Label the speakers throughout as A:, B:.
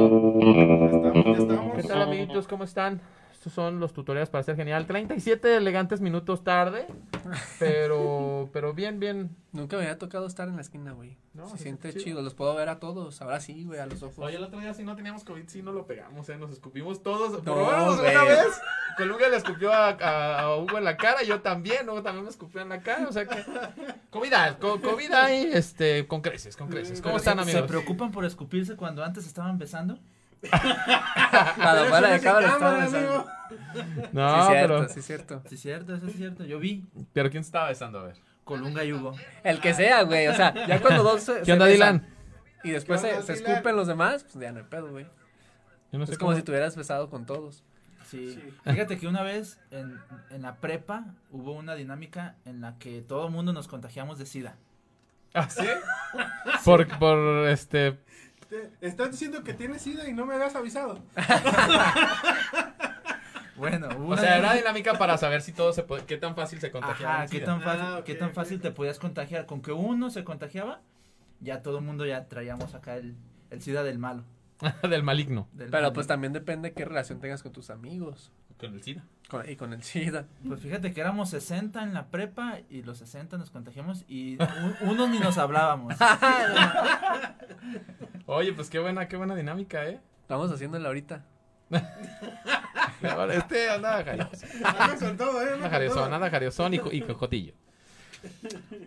A: ¿Estamos? ¿Estamos?
B: ¿Qué tal, amiguitos? ¿Cómo están? Estos son los tutoriales para ser genial. 37 elegantes minutos tarde, pero, pero bien, bien.
C: Nunca me había tocado estar en la esquina, güey.
B: No,
C: se
B: sí,
C: siente
B: chido.
C: chido. los puedo ver a todos. Ahora sí, güey, a los ojos.
B: Oye, el otro día si no teníamos COVID, si no lo pegamos, ¿eh? Nos escupimos todos. Por
C: No,
B: lo menos
C: güey.
B: una vez. Colunga le escupió a, a- a Hugo en la cara, yo también. Hugo también me escupió en la cara. O sea que. COVID, hay, co- COVID hay, este, con creces, con creces. ¿Cómo están,
D: ¿Se
B: amigos?
D: preocupan por escupirse cuando antes estaban besando?
C: Para fuera de cámara estaba besando.
A: amigo.
C: Sí,
B: No,
C: cierto,
B: pero.
C: sí, cierto.
D: Sí, es cierto, eso es cierto. Yo vi
B: Pero ¿quién se estaba besando? A ver.
D: Colunga y Hugo.
C: El que sea, güey. O sea, ya cuando dos. se-
B: ¿Qué
C: se
B: onda,
C: besan
B: Dylan?
C: Y después
A: ¿Qué
C: se,
A: onda,
C: se
A: Dylan?
C: escupen los demás, pues ya no hay pedo, güey.
B: Yo no
C: es
B: sé
C: como
B: cómo-
C: si te hubieras besado con todos.
D: Sí. Fíjate que una vez en, en la prepa hubo una dinámica en la que todo el mundo nos contagiamos de SIDA.
B: ¿Ah, sí? Por, por, este...
A: Te- Estás diciendo que tienes sida y no me habías avisado.
D: Bueno, hubo
B: O
D: una
B: sea, era
D: dinámica-
B: dinámica para saber si todo se po- qué tan fácil se contagiaba.
D: Ajá,
B: el
D: ¿qué
B: SIDA.
D: tan fácil,
A: Ah, ok,
D: qué tan
A: ok,
D: fácil
A: ok.
D: te podías contagiar? Con que uno se contagiaba, ya todo el mundo ya traíamos acá el, el SIDA del malo.
B: Del maligno.
D: del
C: Pero
D: malo.
C: pues también depende qué relación tengas con tus amigos
B: Con el SIDA.
C: con- y con el SIDA.
D: Pues fíjate que éramos 60 en la prepa y los 60 nos contagiamos y u- unos ni nos hablábamos. Pues,
B: Oye, pues qué buena, qué buena dinámica, ¿eh?
C: Vamos haciéndola ahorita.
B: Ahora, Este anda jarioso.
A: Anda con todo, eh.
B: Anda
A: anda con todo.
B: jariosón, anda jariosón y, co- y cojotillo.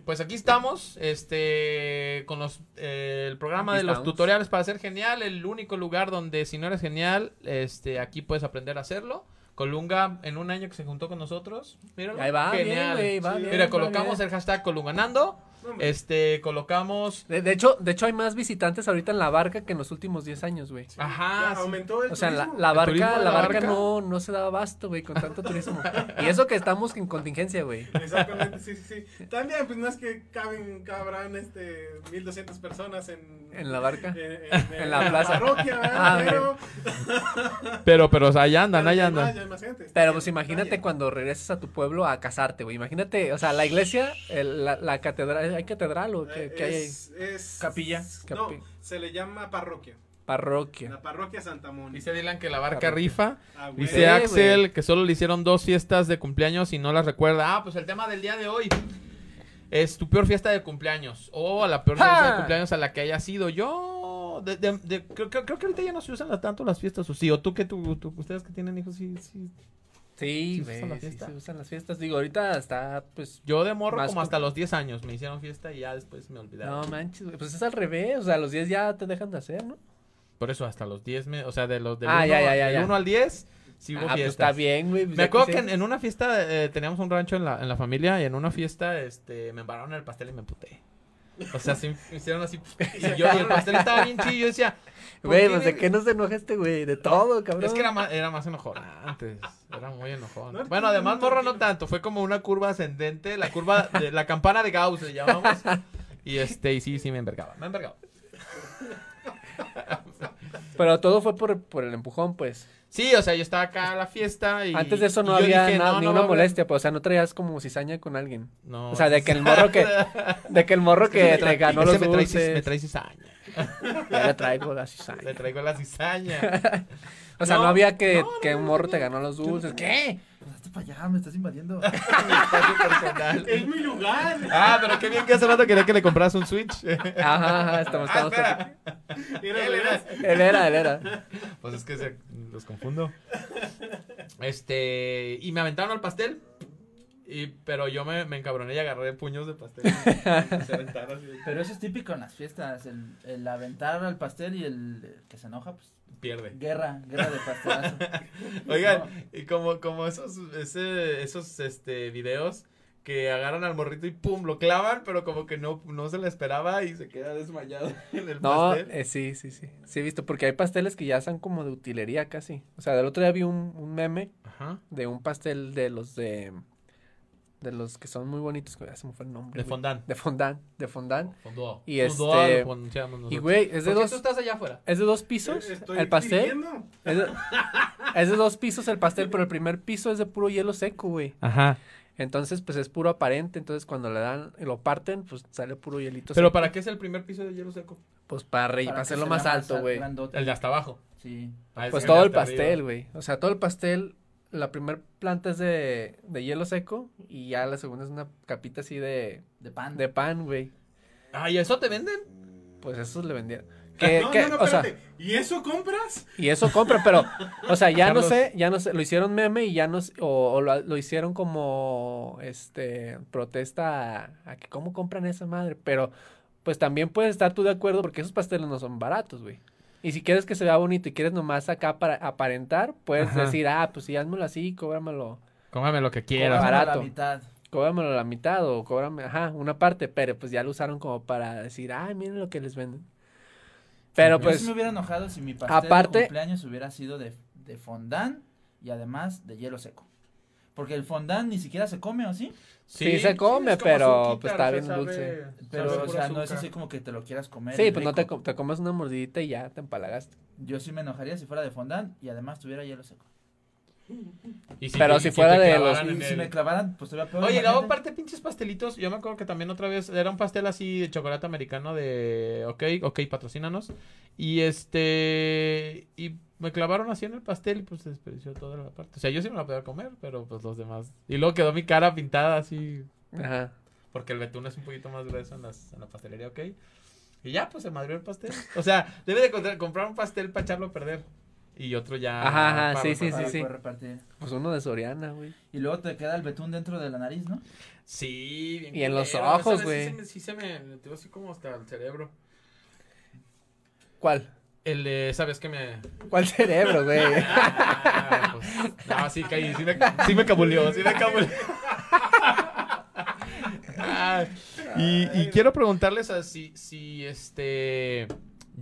B: Pues aquí estamos, este, con los, eh, el programa
C: Aquí
B: de los
C: estamos.
B: tutoriales para ser genial, el único lugar donde si no eres genial, este, aquí puedes aprender a hacerlo. Colunga, en un año que se juntó con nosotros, míralo.
C: Ahí va, bien,
B: genial.
C: güey, va
A: Sí.
C: bien,
B: Mira,
C: va
B: colocamos
C: bien.
B: el hashtag colunganando,
A: No, hombre.
B: este, colocamos,
C: De, de hecho, de hecho, hay más visitantes ahorita en la barca que en los últimos 10 años, güey.
B: ajá,
A: Ya,
B: sí.
A: aumentó el
C: O sea, la,
A: turismo.
C: la
B: ¿El
C: barca,
B: turismo
C: la,
B: de la
C: barca,
B: barca?
C: No, no se daba abasto, güey, con tanto turismo. y eso que estamos en contingencia, güey.
A: Exactamente, sí, sí, sí. También, pues no es que caben, cabrán, este, 1200 personas en...
C: En la barca.
A: en- en-
C: En la plaza.
A: parroquia, ¿verdad?
C: Ah,
A: pero...
B: pero, pero, o sea, allá andan,
A: pero
B: allá
A: hay más,
B: andan.
A: hay más gente.
C: Pero pues imagínate
A: Vaya.
C: cuando regreses a tu pueblo a casarte, güey. Imagínate, o sea, la iglesia, el- la, la catedral, ¿hay catedral o qué,
A: Eh,
C: qué hay ahí?
A: es, es-
D: Capilla.
A: No,
C: Capi-
A: se le llama parroquia.
C: Parroquia.
A: La parroquia Santa Mónica.
B: Dice Dylan que la barca
C: Claro.
B: rifa.
A: Ah, güey.
B: Dice
C: Sí,
B: Axel
C: güey.
B: que solo le hicieron dos fiestas de cumpleaños y no las recuerda. Ah, pues el tema del día de hoy es tu peor fiesta de cumpleaños o la peor
C: ¡Ja!
B: fiesta de cumpleaños a la que haya sido. Yo de- de- de- creo, creo- creo que ahorita ya no se usan la- tanto las fiestas o sí. O tú que tú, tú- ustedes que tienen hijos sí, sí.
C: Sí,
B: Sí, se
C: güey,
B: usa la
C: sí
B: fiesta.
C: se usan las fiestas. Digo, ahorita está, pues,
B: Yo de morro
C: Más
B: como
C: cu-
B: hasta los 10 años me hicieron fiesta y ya después me olvidaron.
C: no manches, güey. Pues es al revés, o sea, los 10 ya te dejan de hacer, ¿no?
B: Por eso hasta los 10, me- o sea, de los del
C: Ah,
B: 1
C: ya, ya, ya, ya.
B: al 10 sí hubo
C: Ah, pues
B: fiestas.
C: está bien, güey. pues
B: Me
C: ya
B: acuerdo que
C: quisiera-
B: en, en una fiesta eh, teníamos un rancho en la, en la familia y en una fiesta este, me embararon el pastel y me puté. O sea, sí, me hicieron así. Y yo, y el pastel estaba bien chido. Yo decía, ¿por
C: Güey,
B: qué
C: pues de
B: me-
C: qué no se enoja este güey, de todo, cabrón.
B: Es que era más, era más enojón antes. Era muy enojón.
A: No,
B: bueno,
A: no,
B: además,
A: no,
B: morro
A: no.
B: no tanto. Fue como una curva ascendente. La curva de la campana de Gauss, le llamamos. Y este, y sí, sí, me envergaba. Me envergaba.
C: Pero todo fue por, por el empujón, pues.
B: Sí, o sea, yo estaba acá a la fiesta y.
C: Antes de eso no
B: y yo
C: había
B: dije,
C: nada,
B: no, no
C: ninguna
B: va a haber-
C: molestia, pues, o sea, no traías como cizaña con alguien.
B: No.
C: O sea, de que el morro que, de que el morro
B: Ese
C: que
B: me
C: te
B: trae-
C: ganó
B: ese
C: los
B: me trae, cis-
C: dulces.
B: me trae cizaña.
C: Ya le traigo la
B: Le
C: cizaña.
B: traigo la cizaña.
C: O sea, no,
B: No,
C: había que,
B: no, no,
C: que
B: no,
C: un
B: no
C: morro te
B: tenía-
C: ganó los dulces. ¿Qué?
D: Pues hazte para allá, me estás invadiendo.
B: Espacio personal.
A: Es mi lugar.
B: Ah, pero qué bien que hace rato quería que le compras un Switch.
C: Ajá, ajá, estamos,
B: Ah,
C: estamos.
B: espera.
A: Mira, verás.
C: Él era, él era.
B: Pues es que se, los confundo. Este, y me aventaron al pastel. Y, pero yo me, me encabroné y agarré puños de pastel. Y se aventaron así de-
D: Pero eso es típico en las fiestas, el, el aventar al pastel y el eh, que se enoja, pues
B: Pierde.
D: guerra, guerra de pastelazo.
B: Oigan, y como, como esos, ese- esos este, videos que agarran al morrito y pum, lo clavan, pero como que no, no se le esperaba y se queda desmayado en el
C: No,
B: pastel.
C: eh, sí, sí, sí. Sí, he visto, porque hay pasteles que ya están como de utilería casi. O sea, del otro día vi un, un meme
B: Ajá.
C: de un pastel de los de. De los que son muy bonitos, que ya se me fue el nombre.
B: De
C: güey.
B: fondant.
C: De fondant, de fondant.
B: Fondue.
C: Y
B: Fondue
C: este-
B: lo pronunciamos
C: Y
B: nosotros.
C: güey, es de
B: ¿Por qué tú
C: dos.
B: estás allá afuera?
C: Es de dos pisos.
A: Eh, Estoy
C: el pastel.
A: dirigiendo.
C: Es de, es de dos pisos el pastel, pero el primer piso es de puro hielo seco, güey.
B: Ajá.
C: Entonces, pues es puro aparente. Entonces, cuando le dan y lo parten, pues sale puro hielito.
B: Pero
C: seco.
B: para qué es el primer piso de hielo seco?
C: Pues para, re- para
D: que
C: hacerlo
D: se
C: más
D: vea
C: alto,
D: al-
C: güey.
D: grandote.
B: El de hasta abajo.
D: Sí.
B: Ah, es
C: Pues
B: que
C: todo
B: de
C: el
B: hasta arriba.
C: pastel, güey. O sea, todo el pastel. La primera planta es de, de hielo seco y ya la segunda es una capita así de,
D: De pan.
C: de pan, güey.
B: Ah, ¿y eso te venden?
C: Pues eso le vendían. Que,
A: no,
C: que,
A: no, no,
C: o sea,
A: espérate. ¿Y eso compras?
C: y eso compra, pero, o sea, ya
B: Carlos.
C: no sé, ya no sé, lo hicieron meme y ya no, s- o, o lo, lo hicieron como, este, protesta a, a que cómo compran esa madre, pero, pues también puedes estar tú de acuerdo porque esos pasteles no son baratos, güey. Y si quieres que se vea bonito y quieres nomás acá para aparentar, puedes
B: Ajá.
C: decir, ah, pues sí, házmelo así, cóbramelo.
B: Cómame lo que
D: Cóbramelo
B: quieras.
C: Cómame. barato.
D: a La mitad.
C: cóbramelo a la mitad o cóbrame, ajá, una parte, pero pues ya lo usaron como para decir, ay, miren lo que les venden. Pero
D: Yo
C: pues,
D: sí me hubiera enojado si mi pastel
C: aparte-
D: de cumpleaños hubiera sido de, de fondant y además de hielo seco. Porque el fondant ni siquiera se come, ¿o sí?
C: Sí, se come,
B: es como
C: pero,
B: azuquita,
C: pues, está
B: o sea,
C: bien
B: sabe-
C: dulce.
B: sabe
D: Pero, o
B: puro
D: sea, no es
B: azúcar.
D: así como que te lo quieras comer.
C: sí,
D: y
C: pues no te,
D: rico.
C: com- te comes una mordidita y ya te empalagaste.
D: Yo sí me enojaría si fuera de fondant y además tuviera hielo seco.
B: Y
C: Pero
B: te-
C: si
B: y
C: fuera
B: te
C: de
B: clavaran
C: los-
B: en
D: Y si
B: el-
D: me clavaran, pues todavía peor.
B: Oye, luego
D: imagínate.
B: aparte pinches pastelitos, yo me acuerdo que también otra vez era un pastel así de chocolate americano de ok, ok, patrocínanos. Y este y me clavaron así en el pastel y pues se desperdició toda la parte. O sea, yo sí me la podía comer, pero pues los demás. Y luego quedó mi cara pintada así
C: Ajá.
B: porque el betún es un poquito más grueso en, las- en la pastelería, ok. Y ya, pues se madrió el pastel. O sea, debe de contra- comprar un pastel para echarlo a perder. Y otro ya.
C: Ajá, ajá,
B: para-
C: sí, sí,
B: para-
D: Para
C: sí, sí.
D: poder repartir.
C: Pues uno de Soriana, güey.
D: Y luego te queda el betún dentro de la nariz, ¿no?
B: Sí, bien
C: Y en los
B: culero. Esa
C: ojos,
B: vez sí
C: güey.
B: se me- Sí, se me metió así como hasta el cerebro.
C: ¿Cuál?
B: El de, ¿sabes qué me...?
C: ¿Cuál cerebro, güey?
B: Ah, pues, no, sí caí, sí me, sí me cabuleó, sí me cabuleó. Ah, y, y quiero preguntarles a si, si este...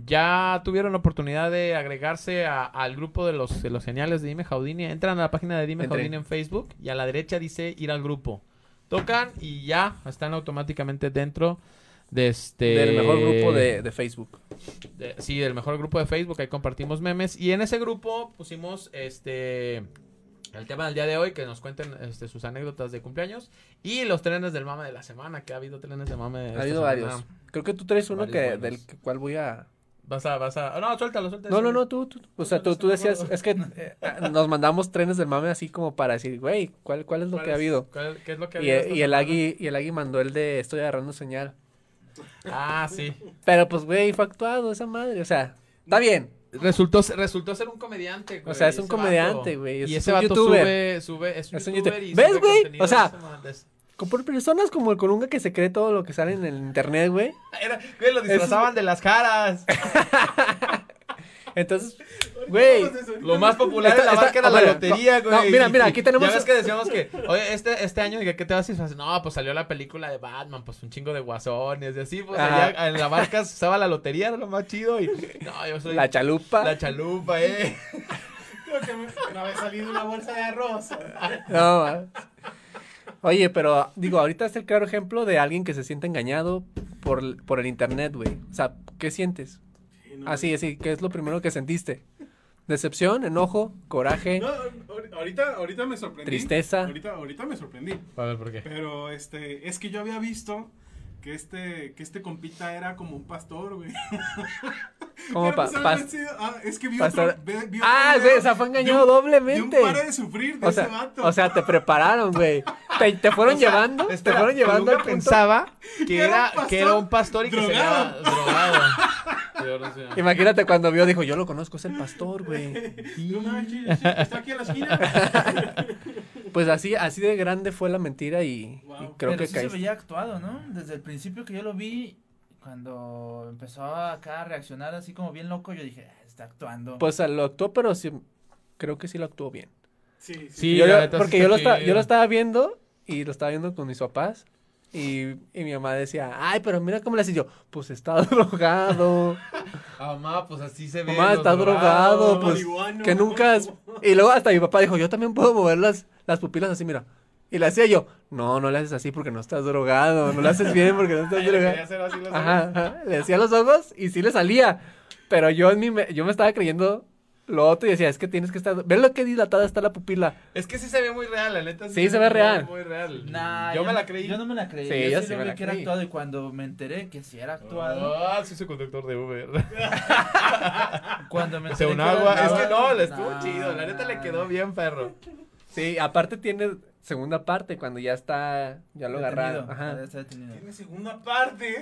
B: Ya tuvieron la oportunidad de agregarse a- al grupo de los, de los geniales de Dime Jaudini. Entran a la página de Dime
C: Entré.
B: Jaudini en Facebook y a la derecha dice ir al grupo. Tocan y ya están automáticamente dentro de este...
C: Del mejor grupo de, de Facebook.
B: de- sí, del mejor grupo de Facebook, ahí compartimos memes. Y en ese grupo pusimos este el tema del día de hoy, que nos cuenten este, sus anécdotas de cumpleaños y los trenes del mame de la semana, que ha habido trenes de mame.
C: Ha
B: esta
C: habido
B: semana.
C: varios. Creo que tú traes uno
B: Varios
C: que,
B: buenos.
C: del que- cual voy a...
B: Vas a, vas a. No, suéltalo, suéltalo.
C: No, no, no, tú, tú- o sea, tú, tú decías, es que eh, nos mandamos trenes del mame así como para decir, güey, ¿cuál, ¿cuál es lo
B: ¿Cuál
C: que ha
B: es-
C: habido?
B: cuál- ¿Qué es lo que ha
C: Y, e,
B: habido? esta
C: y el
B: semana?
C: Agui, y el Agui mandó el de estoy agarrando señal.
B: Ah, sí.
C: Pero pues, güey, fue actuado esa madre, o sea, está bien.
B: Resultó, resultó ser un comediante, güey.
C: O sea, es un
B: ese vato.
C: comediante, güey, es
B: Y ese
C: un
B: vato sube,
C: youtuber.
B: sube, es un
C: Es un
B: youtuber.
C: youtuber.
B: y
C: ¿Ves,
B: sube
C: güey?
B: contenido
C: O sea,
B: de esa madre.
C: Como por personas como el Colunga que se cree todo lo que sale en el internet, güey.
B: Era- güey, lo disfrazaban de las caras.
C: Entonces, güey,
A: Ahorita vamos a eso,
B: Lo
A: ahorita
B: más
A: vamos a-
B: popular
C: Está-
B: en la
C: está-
B: banca era la
C: mira,
B: lotería,
C: no,
B: güey.
C: mira, mira, aquí tenemos-
B: Ya ves que decíamos que, oye, este, este año, ¿de qué te vas a disfrazar? No, pues salió la película de Batman, pues un chingo de guasones y así, pues
C: Ajá.
B: allá en la barca se usaba la lotería, era lo más chido y, no, yo soy
C: la chalupa.
B: la chalupa, eh.
A: Creo que me, me había salido una bolsa de arroz.
C: No, ma. Oye, pero digo, ahorita es el claro ejemplo de alguien que se siente engañado por, por el internet, güey. O sea, ¿qué sientes?
A: Sí, no,
C: Así, así, ¿qué es lo primero que sentiste? Decepción, enojo, coraje.
A: No, ahor- ahorita, ahorita me sorprendí.
C: Tristeza.
A: Ahorita, ahorita me sorprendí.
B: A ver, ¿por qué?
A: Pero este, es que yo había visto que este, que este compita era como un pastor, güey.
C: Como
A: Pero,
C: pa-
A: pues,
C: pas-
A: habrá sido- ah, es que vi
C: pastor-
A: otro- ve- vi otro
C: Ah,
A: video
C: güey, o sea, fue
A: de un-
C: engañado doblemente.
A: De un par de sufrir de
C: O
A: ese
C: sea,
A: vato.
C: o sea, te prepararon, güey. Te, te fueron
B: O sea,
C: llevando,
B: espera,
C: te fueron llevando
B: Colunga
C: al punto.
B: pensaba que
A: Era un
B: era,
A: pastor
B: que era un pastor y que
A: drogado.
B: se había drogado.
C: Imagínate cuando vio, dijo, yo lo conozco, es el pastor, güey.
A: No manches, está aquí en la esquina.
C: Pues así, así de grande fue la mentira y, y
A: Wow.
C: creo
D: Pero
C: que
D: sí se
C: caíste.
D: veía actuado, ¿no? Desde el principio que yo lo vi, cuando empezó acá a reaccionar así como bien loco, yo dije, "Ah, está actuando.
C: Pues ah, lo actuó, pero sí, creo que sí lo actuó bien.
A: Sí, sí.
B: Sí.
C: Yo
B: la
C: lo-
B: neta sí
C: porque
B: está
C: yo lo, estaba,
B: chido.
C: yo lo estaba viendo y lo estaba viendo con mis papás. Y, y mi mamá decía, ay, pero mira cómo le haces Y yo. Pues está drogado.
B: Ah, mamá, pues así se ve.
C: Mamá,
B: los
C: está drogado.
B: drogados.
C: Pues
A: marihuano.
C: que nunca. has-". Y luego hasta mi papá dijo, yo también puedo mover las, las pupilas así, mira. Y le hacía yo, no, no le haces así porque no estás drogado. No le haces bien porque no
B: Ay,
C: estás
B: le quería
C: drogado.
B: hacer así los ojos.
C: Ajá, ajá. Le hacía los ojos y sí le salía. Pero yo, en mi me- yo me estaba creyendo Lo otro y decía, es que tienes que estar. Ve lo que dilatada está la pupila.
B: Es que sí se ve muy real, la neta.
C: Sí, se ve
B: muy-
C: real.
B: Muy real.
D: Nah,
B: yo, me la creí.
D: Yo no me la creí.
C: Sí,
D: yo
C: yo
D: sí
C: sí
D: lo
C: me
D: vi
C: la
D: que era
C: creí.
D: actuado y cuando me enteré que sí era actuado.
B: Ah, sí, soy conductor de Uber. Oh.
D: Cuando me
B: O sea,
D: enteré
B: un
D: que era
B: agua. Es que
D: actuado,
B: no, le estuvo
D: nah,
B: chido. La neta le
D: nah,
B: quedó bien, perro.
C: Sí, aparte tiene segunda parte cuando ya está. Ya lo agarraron.
D: detenido,
C: Ajá.
D: está detenido.
A: Tiene segunda parte.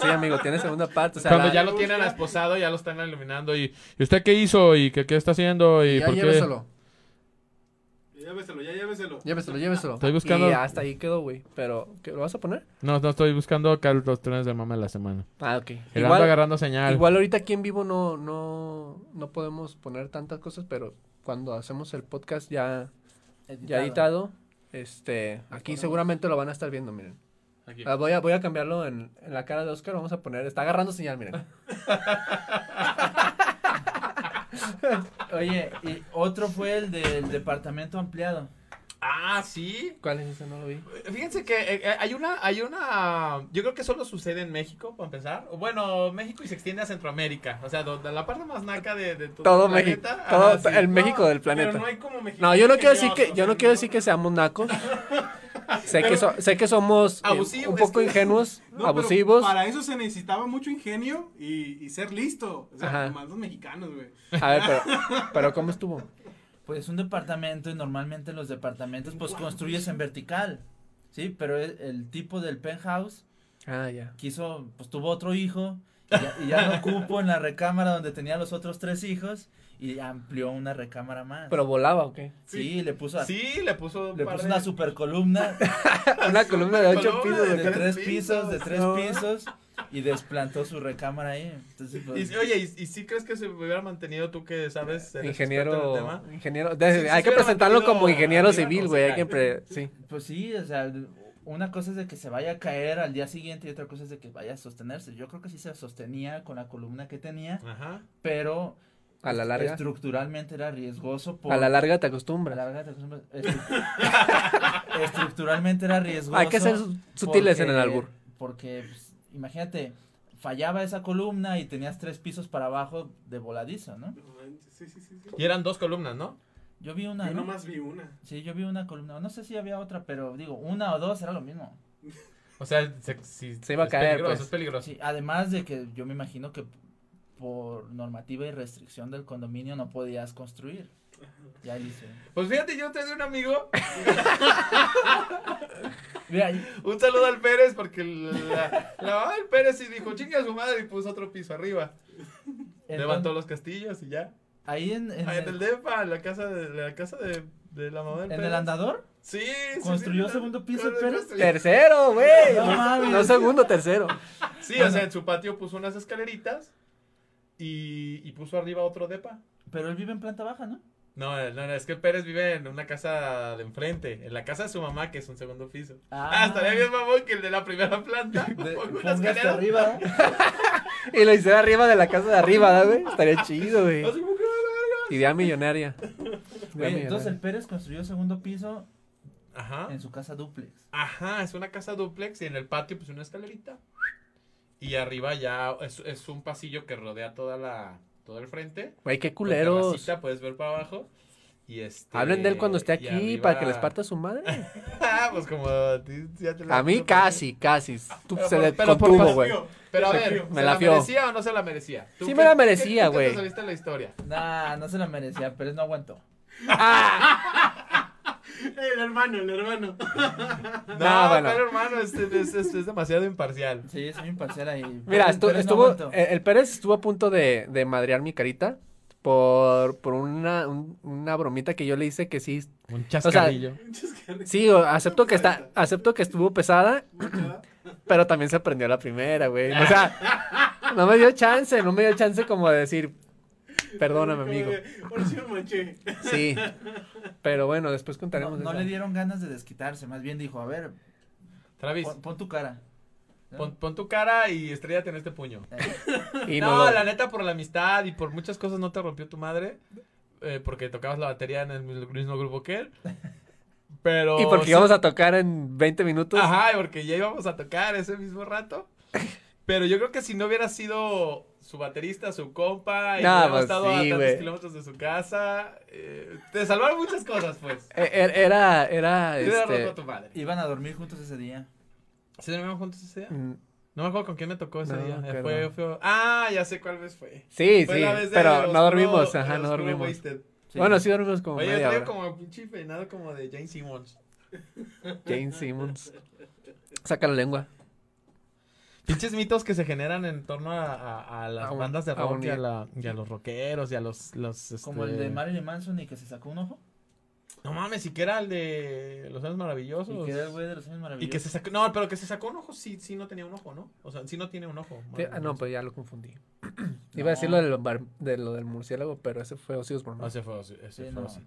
C: Sí, amigo, tiene segunda parte. O sea,
B: Cuando
C: la-
B: ya lo
A: me
B: tienen
A: gusta.
B: esposado, ya lo están iluminando. ¿Y, ¿y usted qué hizo? ¿Y qué, qué está haciendo? ¿Y
C: ya
B: por qué?
C: lléveselo.
A: Lléveselo, ya lléveselo.
C: Lléveselo, lléveselo.
B: Estoy buscando-
C: Y hasta ahí quedó, güey. Pero, ¿qué, ¿lo vas a poner?
B: No, no estoy buscando acá los trenes del mame de la semana.
C: Ah, ok.
B: Él anda
C: Igual,
B: agarrando señal.
C: igual ahorita aquí en vivo no, no, no podemos poner tantas cosas, pero cuando hacemos el podcast ya, ya editado, este, aquí
A: ponemos.
C: seguramente lo van a estar viendo, miren.
B: Aquí.
C: Ah, Voy a, voy a cambiarlo en, en la cara de Oscar, vamos a poner, está agarrando señal, miren.
D: Oye, y otro fue el del departamento ampliado.
B: Ah, sí.
C: ¿Cuál es ese? No lo vi.
B: Fíjense que eh, eh, hay una, hay una, yo creo que solo sucede en México, para empezar. O Bueno, México y se extiende a Centroamérica, o sea, donde, la parte más naca de, de
C: Todo
B: el
C: México,
B: planeta.
C: todo
B: Ajá, sí.
C: el México del
A: Pero
C: planeta.
A: no hay como mexicano
C: No, yo no quiero decir que,
A: ingenioso,
C: yo no
A: o
C: quiero
A: sea,
C: decir que seamos nacos. sé, que so- sé que somos eh,
B: Abusivos,
C: un
B: es
C: poco
B: que-
C: ingenuos,
B: Ah,
A: no, pero
B: pues
C: abusivos.
A: Para eso se necesitaba mucho ingenio y, y ser listo. O sea,
C: Ajá.
A: más los mexicanos, güey.
C: A ver, pero, pero ¿cómo estuvo?
D: Pues un departamento y normalmente los departamentos pues construyes en vertical. Sí, pero el, el tipo del penthouse
C: Ah, ya.
D: quiso, pues tuvo otro hijo y ya, y ya no cupo en la recámara donde tenía los otros tres hijos y amplió una recámara más.
C: ¿Pero volaba o qué?
D: sí, le puso, a-
B: Sí, le puso un
D: le
B: par
D: puso
B: de-
D: una super columna
C: Una columna de ocho
B: columna
C: pisos.
D: de
C: güey.
D: tres pisos, de tres
C: No.
D: pisos y desplantó su recámara ahí. Entonces, pues,
B: Y- oye, ¿y, y sí crees que se hubiera mantenido tú que sabes? eres experto en el
C: Ingeniero,
B: tema?
C: ingeniero,
B: Sí, sí,
C: hay que
B: hubiera
C: presentarlo
B: mantenido
C: como ingeniero
B: arriba,
C: civil,
B: no,
C: güey,
B: sí,
C: hay que pre- sí.
D: pues sí, o sea, una cosa es de que se vaya a caer al día siguiente y otra cosa es de que vaya a sostenerse. Yo creo que sí se sostenía con la columna que tenía,
B: Ajá.
D: pero
C: A la larga,
D: estructuralmente era riesgoso por
C: a la larga te
D: a la
C: acostumbras.
D: larga te acostumbras- estru- estructuralmente era riesgoso.
C: Hay que ser su- sutiles en el
D: porque-
C: albur.
D: Porque pues, imagínate, fallaba esa columna y tenías tres pisos para abajo de voladizo, ¿no?
A: No manches, Sí, sí, sí. sí.
B: Y eran dos columnas, ¿no?
D: Yo vi una,
A: Yo
D: ¿no?
A: nomás vi una.
D: Sí, yo vi una columna. No sé si había otra, pero digo, una o dos era lo mismo.
B: O sea, se, sí,
C: Se iba a
B: es
C: caer,
B: peligroso,
C: pues.
B: es peligroso.
D: Sí, además de que yo me imagino que por normativa y restricción del condominio no podías construir. Ya dice.
B: Pues fíjate, yo tengo un amigo,
D: Mira,
B: un saludo al Pérez, porque la, la mamá del Pérez sí dijo, chingue a su madre, y puso otro piso arriba.
D: en-
B: Levantó los castillos y ya.
D: ahí en, en
B: Ah, en el
D: el,
B: DEPA, en la casa de la casa de, de la mamá del
D: en el
B: Pérez.
D: andador.
B: Sí, sí,
D: ¿Construyó
B: sí,
D: segundo piso
B: claro,
D: el Pérez?
B: construyó.
C: Tercero, güey.
D: No
C: No,
D: mames.
C: segundo, tercero.
B: Sí, o
D: Bueno.
B: sea, en su patio puso unas escaleritas y, y puso arriba otro DEPA.
D: Pero él vive en planta baja, ¿no?
B: No, eh, no, no, es que el Pérez vive en una casa de enfrente, en la casa de su mamá, que es un segundo piso. Ah, estaría bien mamón que el de la primera planta
D: De,
B: ponga una
D: ponga hasta
B: escalera.
D: arriba. ¿eh?
C: Y lo hice arriba de la casa de arriba, ¿da, güey? Estaría chido, güey.
B: Así como que,
C: Idea millonaria. Idea
D: Oye,
C: millonaria.
D: entonces el Pérez construyó segundo piso
B: Ajá.
D: en su casa duplex.
B: Ajá, es una casa duplex y en el patio pues una escalerita. Y arriba ya es, es un pasillo que rodea toda la todo el frente.
C: Güey, qué
B: Con
C: culeros.
B: terracita, puedes ver para abajo. Y este,
C: Hablen de él cuando esté
B: y
C: aquí
B: arriba-
C: para que les parta su madre.
B: Ah, pues como a ti ya te lo-
C: A mí casi, casi. Tú
B: Ah, Pero
C: se
B: por-
C: le
B: pero por
C: contuvo,
B: favor,
C: güey.
A: Tío,
B: Pero a
A: Me
B: ver,
A: fió.
B: ¿se
C: Me
B: la,
C: la fió.
B: merecía o no se la merecía? ¿Tú
C: Sí
B: qué-
C: me la
B: qué-
C: merecía,
B: qué te
C: güey.
B: sabiste la historia?
D: Nah, no se la merecía, Pérez no aguantó.
C: ¡Ah!
A: El hermano, el hermano.
B: No,
C: bueno.
B: pero hermano, es, es- es- es demasiado imparcial.
D: Sí, soy imparcial ahí.
C: Mira,
D: Pérez-
C: estu-
D: Pérez no
C: estuvo,
D: aguantó.
C: el, el Pérez estuvo a punto de, de madrear mi carita por, por una, un- una bromita que yo le hice que sí.
B: Un
C: chascarrillo. Sí, o- acepto que está, acepto que estuvo pesada, pero también se aprendió la primera, güey. O sea, no me dio chance, no me dio chance como de decir, perdóname, amigo.
A: Por si me manché.
C: Sí. Pero bueno, después
D: No,
C: contaremos
D: no
C: esa.
D: le dieron ganas de desquitarse, más bien dijo, a ver,
B: Travis,
D: pon, pon tu cara. ¿no?
B: pon, pon tu cara y estrellate en este puño.
D: Eh,
C: Y
B: no,
C: no lo-
B: la neta, por la amistad y por muchas cosas no te rompió tu madre. eh, porque tocabas la batería en el mismo grupo que él. Pero.
C: Y porque
B: sí-
C: íbamos a tocar en 20 minutos.
B: Ajá, porque ya íbamos a tocar ese mismo rato. Pero yo creo que si no hubiera sido su baterista, su compa, y
C: Nah,
B: habían
C: pues
B: estado a
C: sí,
B: tantos
C: güey.
B: kilómetros de su casa. eh, te salvaron muchas cosas, pues.
C: E- er- Era, era,
B: Te este...
C: este...
B: roto a tu madre.
D: Iban a dormir juntos ese día.
B: ¿Sí dormimos juntos ese día?
C: mm,
B: No me acuerdo con quién me tocó ese
C: No,
B: día. eh,
C: pero-
B: Fue, fue- Ah, ya sé cuál vez fue.
C: Sí,
B: Fue
C: sí,
B: la vez de
C: pero
B: Oscuro-
C: no dormimos,
B: de
C: ajá, no
B: Oscuro
C: dormimos.
B: Wasted.
C: Bueno, sí dormimos como
B: Oye,
C: media
B: traigo
C: hora.
B: como pinche peinado como de Jane Simmons.
C: James Simmons. Saca la lengua.
B: Pinches mitos que se generan en torno a, a- a
D: Ah,
B: las
C: A un-
B: bandas de
C: a
B: rock
C: un-
B: y, a la- y a los rockeros y a los... los
D: Como
B: este,
D: el de Marilyn Manson y que se sacó un ojo.
B: No mames, y que era el de Los Años Maravillosos.
D: Y que era el güey de los años maravillosos.
B: Y que se sacó... No, pero que se sacó un ojo, sí, sí no tenía un ojo, ¿no? O sea, sí no tiene un ojo.
C: Te- Ah, no,
B: Maravilloso.
C: pues ya lo confundí.
D: No.
C: Iba a decir lo del, bar- de lo del murciélago, pero ese fue Osiris por
B: No, ese Ah, fue así, ese
D: Sí,
B: fue
D: no,
B: así.
D: no.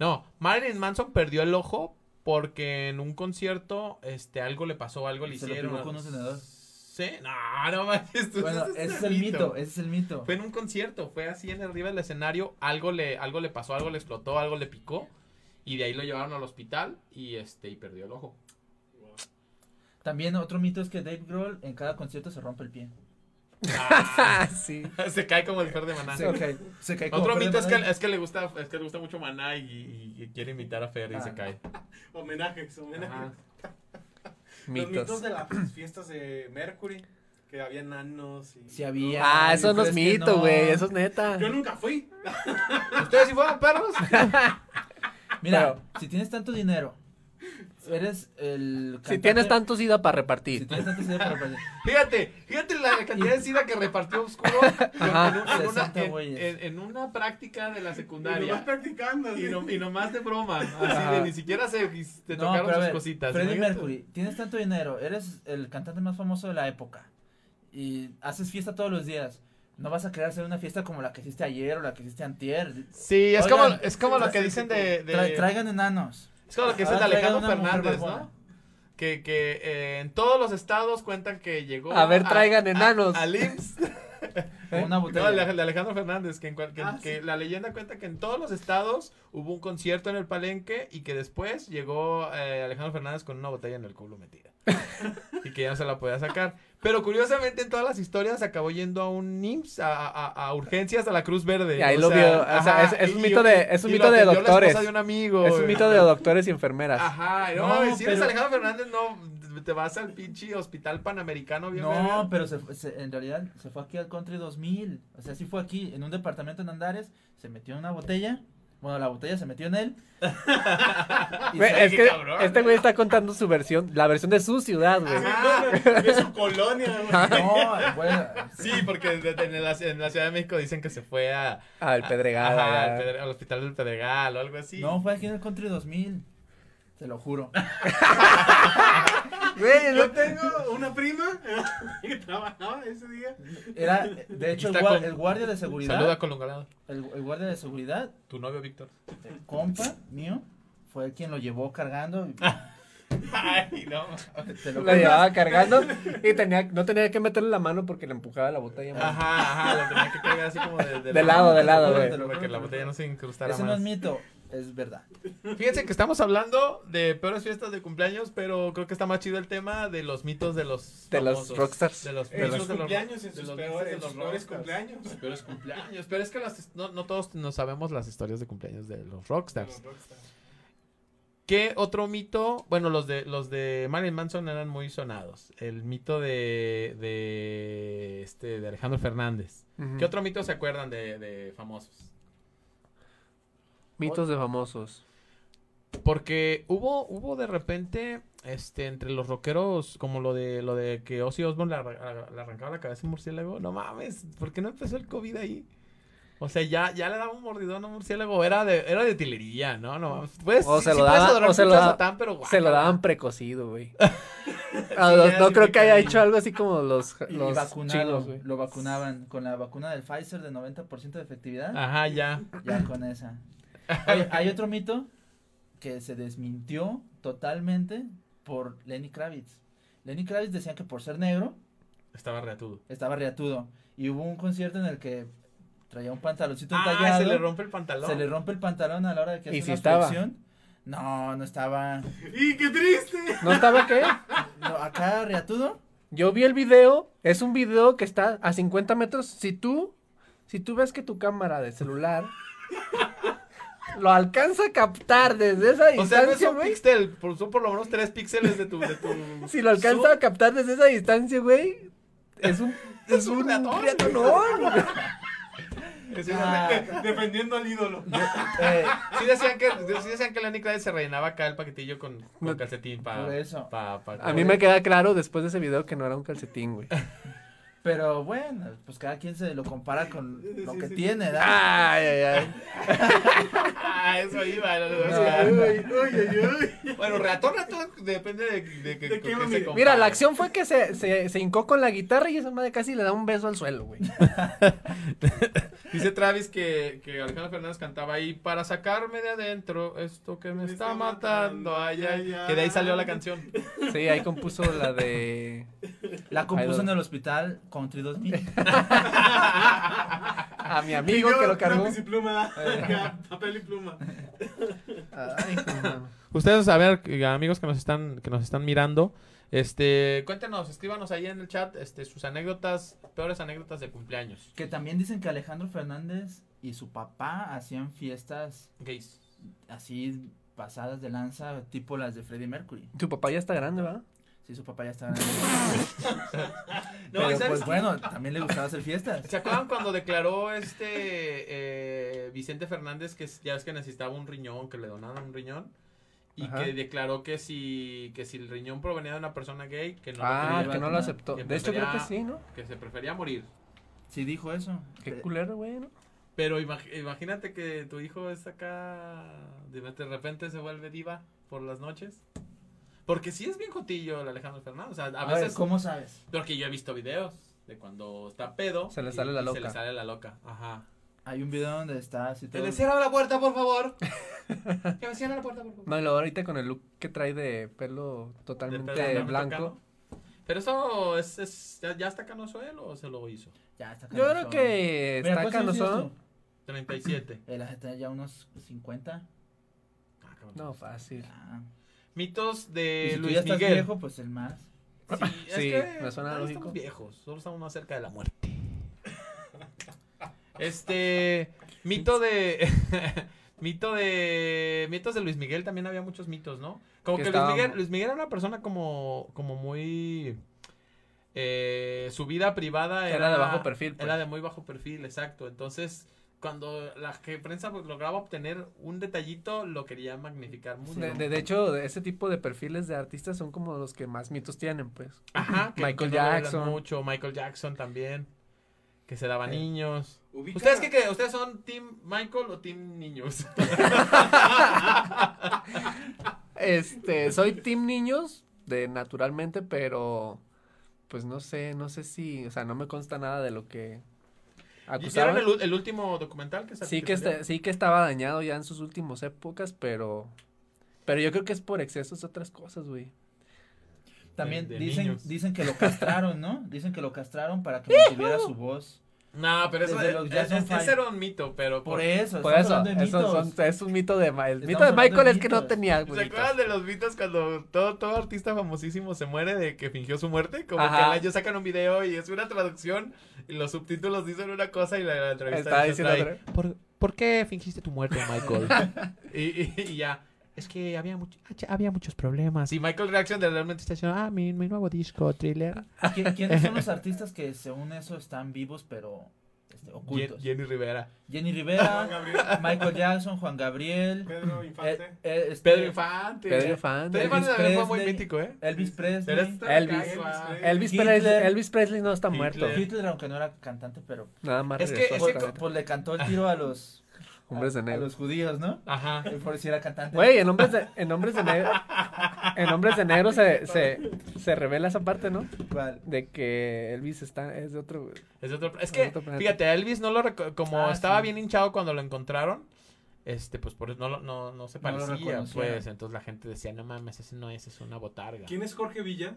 B: No, Marilyn Manson perdió el ojo porque en un concierto, este, algo le pasó, algo le
D: Se lo
B: hicieron.
D: pegó con un tenedor.
B: Sí, no, no manches. tú-
D: Bueno,
B: ese
D: ese es el mito, ese es el mito.
B: Fue en un concierto, fue así en arriba del escenario, algo le, algo le pasó, algo le explotó, algo le picó. Y de ahí lo llevaron al hospital y este, y perdió el ojo.
D: También otro mito es que Dave Grohl en cada concierto se rompe el pie.
B: Ah,
C: sí.
B: se cae como el fer de maná.
D: Se cae, se cae como
B: Otro
D: Freddy
B: mito es que,
D: Madden.
B: es que le gusta, es que le gusta mucho maná y, y- y quiere imitar a Fer y
D: Ah,
B: se
D: no.
B: cae.
A: Homenajes, homenajes.
B: Ajá.
A: Los mitos
C: Mitos.
A: de las fiestas de Mercury, que había nanos y...
D: Sí había.
C: Ah,
D: Yo
C: eso no
D: creo
C: es
D: que
C: mito,
D: no.
C: güey. Eso es neta.
A: Yo nunca fui.
B: ¿Ustedes sí fueron perros?
D: Mira, si tienes tanto dinero, eres el.
C: Si
D: cantante-
C: tienes tanto sida para
D: Si
C: repartir.
D: tienes tanto dinero para perder.
B: Fíjate, fíjate la cantidad de sida que repartió Oscuro en,
C: Ajá.
B: un- en una,
D: 60
B: en-
D: güeyes.
B: en- en una práctica de la
A: Y nomás
B: secundaria.
A: practicando. así.
B: Y, no, y nomás de broma,
C: Ajá.
B: así de ni siquiera se te
D: No,
B: tocaron
D: pero a
B: sus
D: ver,
B: cositas.
D: Freddie
B: Imagínate.
D: Mercury, tienes tanto dinero, eres el cantante más famoso de la época y haces fiesta todos los días. No vas a querer hacer una fiesta como la que hiciste ayer o la que hiciste antier.
B: Sí, es como,
D: Oigan,
B: es como lo que dicen de... de-
D: Tra- traigan enanos.
B: es como lo que dicen de
D: Ahora traigan
B: Alejandro
D: una mujer
B: Fernández,
D: barbona.
B: ¿no? Que, que eh, en todos los estados cuentan que llegó...
C: A ver, traigan enanos.
B: Al IMSS.
D: O una
B: No,
D: botella.
B: el de el de Alejandro Fernández, que, en cual- que-
A: Ah,
B: que la leyenda cuenta que en todos los estados hubo un concierto en el Palenque y que después llegó eh, Alejandro Fernández con una botella en el culo metida. y que ya no se la podía sacar. Pero curiosamente en todas las historias acabó yendo a un IMSS, a, a- a urgencias a la Cruz Verde.
C: Y ahí lo vio, o sea, es- es un mito de- es un
B: y
C: mito
B: lo
C: de
B: atendió la
C: doctores.
B: esposa de un amigo.
C: Es un mito de doctores y enfermeras.
B: Ajá, no,
D: No,
B: mames, si eres
D: pero-
B: Alejandro Fernández, no, te vas al pinche hospital panamericano bien
D: No,
B: verga.
D: pero se, se- en realidad se fue aquí al Country 2000. O sea, sí fue aquí, en un departamento en Andares. Se metió en una botella. Bueno, la botella se metió en él. y
C: Güey,
D: se-
C: es
B: qué
C: que
B: cabrón.
C: este güey está contando su versión, la versión de su ciudad, güey.
B: Ajá.
A: De su colonia, güey.
D: No, bueno.
B: Sí, porque de- de- en la, en la Ciudad de México dicen que se fue a,
C: Ah, el Pedregal.
B: ajá,
C: ah.
B: al, Pedre- al hospital del Pedregal o algo así.
D: No, fue aquí en el Country 2000. Te lo juro.
C: Güey,
A: Yo tengo una prima que trabajaba ese día.
D: Era, de hecho, el,
B: Está
D: gua-
B: con-
D: el guardia de seguridad.
B: Saluda Colungalado.
D: El, el guardia de seguridad,
B: Tu novio Víctor.
D: el compa mío, fue quien lo llevó cargando.
B: Ay, no.
D: Te
C: lo
D: lo juro.
C: llevaba cargando y tenía, no tenía que meterle la mano porque le empujaba la botella. man.
B: Ajá, ajá, lo tenía que cargar así como de,
C: De lado, de lado,
B: para
C: güey.
B: que- Para que la botella no se incrustara
D: Ese no
B: más.
D: es mito, es verdad.
B: Fíjense que estamos hablando de peores fiestas de cumpleaños, pero creo que está más chido el tema de los mitos de los
C: De los
B: famosos,
C: rockstars.
B: De los,
A: En
B: de los-
A: sus
B: de los-
A: cumpleaños, en
B: de
A: sus
B: los
A: peores,
B: mitos de
A: en
B: los
A: sus peores
B: rockstars.
A: cumpleaños.
B: Los peores cumpleaños, pero es que las- no, no todos nos sabemos las historias de cumpleaños de los rockstars.
A: Los rockstars.
B: ¿Qué otro mito? Bueno, los de los de Marilyn Manson eran muy sonados. El mito de de este de Alejandro Fernández.
C: Ujú.
B: ¿Qué otro mito se acuerdan de, de famosos?
C: Mitos de famosos.
B: Porque hubo hubo de repente este entre los rockeros como lo de lo de que Ozzy Osbourne le, arra- le arrancaba la cabeza a un murciélago. No mames, ¿por qué no empezó el COVID ahí? O sea, ya, ya le daba un mordidón a un murciélago. Era de, era de utilería, ¿no? No mames. Pues,
C: O
B: sí-
C: se
B: sí
C: lo
B: puedes
C: daba-
B: adorar
C: o se lo
B: mucho a
C: daba-
B: Satán, pero
C: Se lo
B: guácala.
C: daban precocido, güey. Ah, no-
B: ya,
C: no
B: sí,
C: creo que haya
B: picadillo.
C: hecho algo así como los,
D: Y
C: los
D: vacunado,
C: chinos, güey.
D: lo vacunaban con la vacuna del Pfizer de 90% de efectividad.
C: Ah.
B: Ajá, ya.
D: Ya con esa. Oye, hay otro mito que se desmintió totalmente por Lenny Kravitz. Lenny Kravitz decía que por ser negro
B: Estaba reatudo.
D: estaba riatudo. Y hubo un concierto en el que traía un pantaloncito
B: Ah,
D: entallado.
B: se le rompe el pantalón.
D: Se le rompe el pantalón a la hora de que
C: ¿Y
D: hace
C: si
D: una
C: estaba?
D: flexión. No, no estaba.
A: ¡Y qué triste!
C: ¿No estaba qué?
D: No, acá riatudo.
C: Yo vi el video, es un video que está a 50 metros. Si tú, si tú ves que tu cámara de celular lo alcanza a captar desde esa
E: O sea, no es
C: distancia,
E: un
C: güey.
E: píxel, por- son por lo menos tres píxeles de tu... De tu...
C: si lo alcanza a captar desde esa distancia, güey, es un
D: Ah,
C: es un
E: ratón.
C: ratonón, güey.
E: Es una-
D: Ah,
A: Defendiendo al ídolo.
D: eh,
B: Sí decían que, sí decían que Lenny Kravitz se rellenaba acá el paquetillo con, con
C: No,
B: calcetín para...
D: por eso.
C: A mí me queda claro después de ese video que no era un calcetín, güey.
D: Pero bueno, pues cada quien se lo compara con lo
A: Sí,
D: que
A: sí,
D: tiene, ¿verdad?
C: Ay, ay, ay.
B: Ah, eso iba. la- la-
A: Uy,
B: la-
A: uy, uy, uy.
E: Bueno, ratón, ratón, depende de, de, que-
A: ¿De
E: con
A: qué
E: qué
A: mami?
E: se
A: Mira,
C: Mira,
E: compare.
C: la acción fue que se, se, se hincó con la guitarra y esa madre casi le da un beso al suelo, güey.
B: Dice Travis que, que Alejandro Fernández cantaba ahí para sacarme de adentro esto que me,
A: Me
B: está,
A: está
B: matando.
A: matando,
B: Ay, ay,
A: ay, ay.
B: Que de ahí salió la canción.
C: Sí, ahí compuso la de
D: La compuso
C: Ay,
D: en el hospital Country 2000.
C: a mi amigo
A: Pidió
C: que lo cargó.
A: lápiz y pluma, acá, papel y pluma.
C: Ay, cómo.
B: Ustedes, a ver, que- amigos que nos están, que nos están mirando, este, cuéntenos, escríbanos ahí en el chat, este, sus anécdotas, peores anécdotas de cumpleaños.
D: Que también dicen que Alejandro Fernández y su papá hacían fiestas
B: Gays.
D: así pasadas de lanza, tipo las de Freddie Mercury.
C: Tu papá ya está grande, ¿verdad?
D: Sí, su papá ya estaba. No,
B: No,
D: Pero,
B: ¿sabes
D: pues
B: qué?
D: bueno, también le gustaba hacer fiestas.
B: ¿Se acuerdan cuando declaró este eh, Vicente Fernández que ya es que necesitaba un riñón, que le donaron un riñón? Y
C: Ajá.
B: que declaró que si, que si el riñón provenía de una persona gay, que no, lo
C: ah,
B: quería,
C: que no
D: vacunar.
C: lo aceptó.
B: Que
C: De hecho, creo que
B: prefería-
C: sí, ¿no?
B: que se prefería morir.
D: Sí, dijo eso.
C: Qué
D: Eh,
C: culero, güey, ¿no?
B: Pero imag- imagínate que tu hijo es acá, de de repente se vuelve diva por las noches. Porque sí es bien jotillo el Alejandro Fernández. O sea, a,
D: A, ver,
B: veces,
D: ¿cómo sabes?
B: porque yo he visto videos de cuando está pedo.
C: Se le
B: y-
C: sale la
B: y Se
C: loca.
B: le sale la loca, ajá.
D: Hay un video donde está así
B: Que
D: todo.
B: me cierra la puerta, por favor. que me cierra la puerta, por favor.
C: No, y luego ahorita con el look que trae de pelo
B: De
C: totalmente
B: Fernando
C: blanco.
B: Cano. Pero eso es, es- ya, ya está Canosuelo o se lo hizo.
D: Ya está
C: Yo creo
D: canoso.
C: que
D: Mira, pues,
B: pues,
C: está
D: ¿cuántos años tienes
C: canoso.
D: tú?
B: 37.
D: Eh, la gente ya unos 50.
B: Ah, cabrón.
C: No, fácil.
D: ya.
B: Mitos de
D: Y si tú
B: Eh, Luis
D: ya estás
B: Miguel.
D: viejo, pues el más.
B: Sí, es
C: Sí,
B: que
C: me suena
B: no
C: lógico.
B: estamos viejos, solo estamos más cerca de la muerte. Este mito de mito de mitos de Luis Miguel también había muchos mitos, ¿no? Como
C: Que
B: que,
C: estaba-
B: Luis Miguel Luis Miguel era una persona como como muy eh, su vida privada
C: Que
B: era,
C: era de bajo perfil, pues.
B: Era de muy bajo perfil, exacto. Entonces, cuando la je- prensa pues, lograba obtener un detallito, lo quería magnificar mucho.
C: De, de- de hecho, de ese tipo de perfiles de artistas son como los que más mitos tienen, pues.
B: Ajá, que, Michael
C: Michael
B: Jackson.
C: Jackson.
B: mucho, Michael Jackson también. Que se daba
C: Eh.
B: niños.
A: Ubica-
B: ¿Ustedes qué creen? ¿Ustedes son Team Michael o Team Niños?
C: Este, soy team niños, de naturalmente, pero pues no sé, no sé si, o sea, no me consta nada de lo que
B: ¿Hicieron
C: acusaban.
B: el, u- el último documental que sal-
C: Sí que, este
B: salió?
C: está- sí que estaba dañado ya en sus últimas épocas, pero pero yo creo que es por excesos de otras cosas, güey.
D: También
B: De- de
D: dicen,
B: niños.
D: dicen que lo castraron, ¿no? Dicen que lo castraron para que mantuviera su voz.
B: No, pero eso,
D: Desde los Jackson
B: es- es- ese
D: Five.
B: era un mito, pero...
D: Por eso,
C: Por
D: estamos
C: eso,
D: hablando de
C: eso
D: mitos.
C: son- es un mito de Ma- el mito
D: Estamos
C: de
D: hablando de
C: Michael es que no
D: mitos.
C: tenía
B: ¿Se
C: güey.
B: acuerdan de los mitos cuando todo, todo artista famosísimo se muere de que fingió su muerte? Como
C: Ajá.
B: que ellos sacan un video y es una traducción y los subtítulos dicen una cosa y la, la entrevista
C: Estaba diciendo otra-
B: ¿Por, ¿Por qué fingiste tu muerte, Michael? y, y- y ya. Es que había, mucho- había muchos problemas. Y Michael Reaction de realmente está diciendo, ah, mi, mi nuevo disco, thriller.
D: ¿Qui- ¿Quiénes son los artistas que según eso están vivos pero este,
B: Jen-
D: ocultos?
B: Jenny Rivera.
D: Jenny
A: Juan
D: Rivera,
A: Gabriel,
D: Michael Jackson, Juan Gabriel,
A: Pedro
D: eh,
A: Infante.
D: eh, este,
B: Pedro Infante.
C: Pedro Infante.
B: Pedro Infante
D: Elvis
B: también fue muy
D: Presley.
B: mítico, ¿eh?
D: Elvis
A: este
D: Presley,
B: Deberías estar acá,
C: Elvis.
B: Elvis.
C: Elvis
D: Hitler.
C: Presley, Elvis Presley no está
B: Hitler.
C: muerto.
D: Hitler aunque no era cantante pero
C: Nada más
B: Es que
C: regresó
B: ese
C: a
D: pues,
C: la-
D: pues le cantó el tiro a los
C: hombres de
D: a- a
C: negro.
D: los judíos, ¿no?
B: Ajá.
D: Eh, Por si era cantante.
C: Güey, en hombres de, en hombres de negro, en hombres de negro se, se, se revela esa parte, ¿no?
D: ¿Cuál?
C: De que Elvis está, es de otro,
B: Es, de otro- es que,
C: otro planeta.
B: fíjate, a Elvis no lo reco- como
D: Ah,
B: estaba
D: sí.
B: bien hinchado cuando lo encontraron, este, pues por eso no, lo- no, no se
D: No lo
B: parecía,
D: reconocieron.
B: pues. Entonces la gente decía, no mames, ese no es, es una botarga.
A: ¿Quién es Jorge Villa?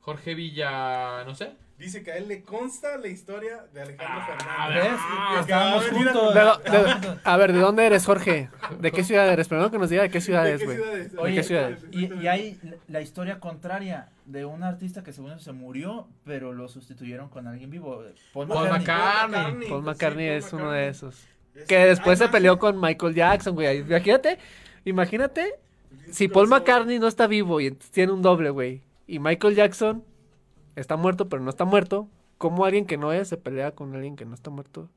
B: Jorge Villa, no sé.
A: Dice que a él le consta la historia de Alejandro
B: Ah,
A: Fernández.
D: ¿Ves?
B: Ah,
D: Estábamos
A: acababa de ir a-
D: juntos.
C: De lo-
D: estábamos
C: de-
D: juntos.
C: a ver, ¿de dónde eres, Jorge? ¿De qué ciudad eres? Primero que nos diga de qué ciudad
A: ¿De
C: es,
A: qué
C: güey.
A: ciudades?
C: ¿De
D: Oye,
C: qué ciudad?
D: Y, y hay la- la historia contraria de un artista que según se murió, pero lo sustituyeron con alguien vivo. Paul
B: Paul
D: McCartney.
B: McCartney.
C: Paul McCartney es uno de esos.
A: esos.
C: Que después se peleó con Michael Jackson, güey. Imagínate, imagínate si Paul McCartney no está vivo y tiene un doble, güey. Y Michael Jackson está muerto, pero no está muerto. ¿Cómo alguien que no es se pelea con alguien que no está muerto?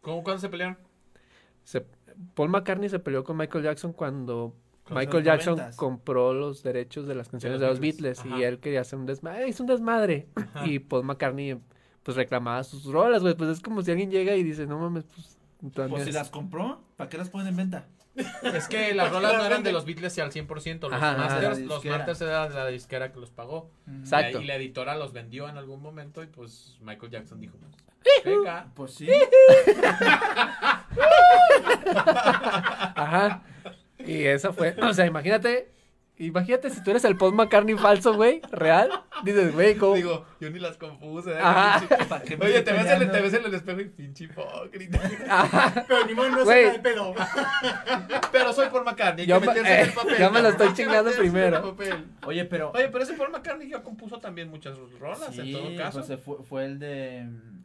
B: ¿Cómo, ¿Cuándo se pelearon?
C: Se- Paul McCartney se peleó con Michael Jackson cuando
D: Con
C: Michael
D: los
C: Jackson
D: noventas.
C: compró los derechos de las canciones de los Beatles, y
B: ajá.
C: él quería hacer un desmadre. Hizo un desmadre. Y Paul McCartney pues reclamaba sus rolas, güey. Pues es como si alguien llega y dice, no mames, pues... también
D: Pues si
C: es-
D: las compró, ¿para qué las ponen en venta?
B: Es que las rolas no eran de los Beatles y al 100%. Los
C: Ajá, ajá.
B: masters,
D: La
B: los
D: disquera.
B: masters era de la disquera que los pagó.
D: Ujú.
C: Exacto.
B: Y la editora los vendió en algún momento y pues Michael Jackson dijo, pues, venga.
D: Pues sí.
C: Ajá. Y esa fue. O sea, imagínate. Imagínate si tú eres el Paul McCartney falso, güey, real. Dices, güey, ¿cómo?
E: Digo, yo ni las compuse. ¿eh?
C: Ajá.
D: ¿Para qué me
E: Oye,
D: estoy
E: te ves, en el,
D: peleando?
E: te ves en el espejo y pinche hipócrita.
C: Ajá.
A: Pero ni modo, no
C: Güey.
A: se da el pedo.
E: Pero soy Paul McCartney. hay
C: Yo
E: que
C: me-
E: meterse en
C: eh,
E: el papel,
C: yo me lo
E: cabrón,
C: estoy
E: hay que
C: chingando
E: meterse en el
C: primero.
E: papel.
D: Oye, pero.
B: Oye, pero ese Paul McCartney ya compuso también muchas rolas en
D: Sí,
B: todo caso.
D: pues,
C: eh,
D: se fue, fue el de. mm,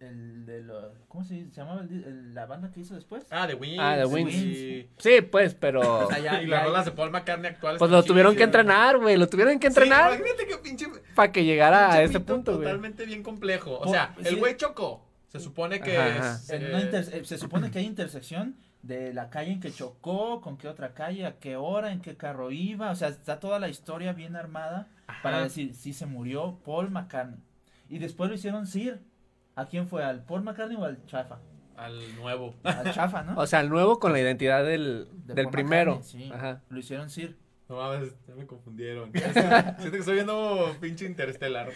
D: El de los. ¿Cómo se dice? ¿Se llamaba el di- el- la banda que hizo después?
B: ah, The Wings.
C: Ah, The
D: Wings.
B: Y,
C: Sí, pues, pero.
D: O sea, ya-
B: y
D: ya-
B: las rolas de Paul McCartney actuales.
C: Pues lo
B: están
C: tuvieron que
B: chidas.
C: entrenar, güey. Lo tuvieron que
E: Sí,
C: entrenar
E: imagínate que pinche.
C: para que llegara a
B: Pinche
C: ese
B: pito
C: punto, güey.
B: Totalmente bien complejo. O
D: Por-
B: sea,
D: sí.
B: el güey chocó. Se supone que.
C: Ajá, ajá.
B: es,
D: En
B: eh,
D: una inter- eh, se supone que hay intersección de la calle en que chocó, con qué otra calle, a qué hora, en qué carro iba. O sea, está toda la historia bien armada
B: ajá.
D: para decir si se murió Paul McCartney. Y después lo hicieron Sir. ¿A quién fue? ¿Al Paul McCartney o al Chafa?
B: Al nuevo.
D: Al Chafa, ¿no?
C: O sea, el nuevo con la identidad del,
D: De
C: del
D: Paul
C: primero.
D: McCartney, sí.
C: Ajá.
D: Lo hicieron Sir.
B: No mames, ya me confundieron.
E: Siento que estoy viendo pinche interestelar.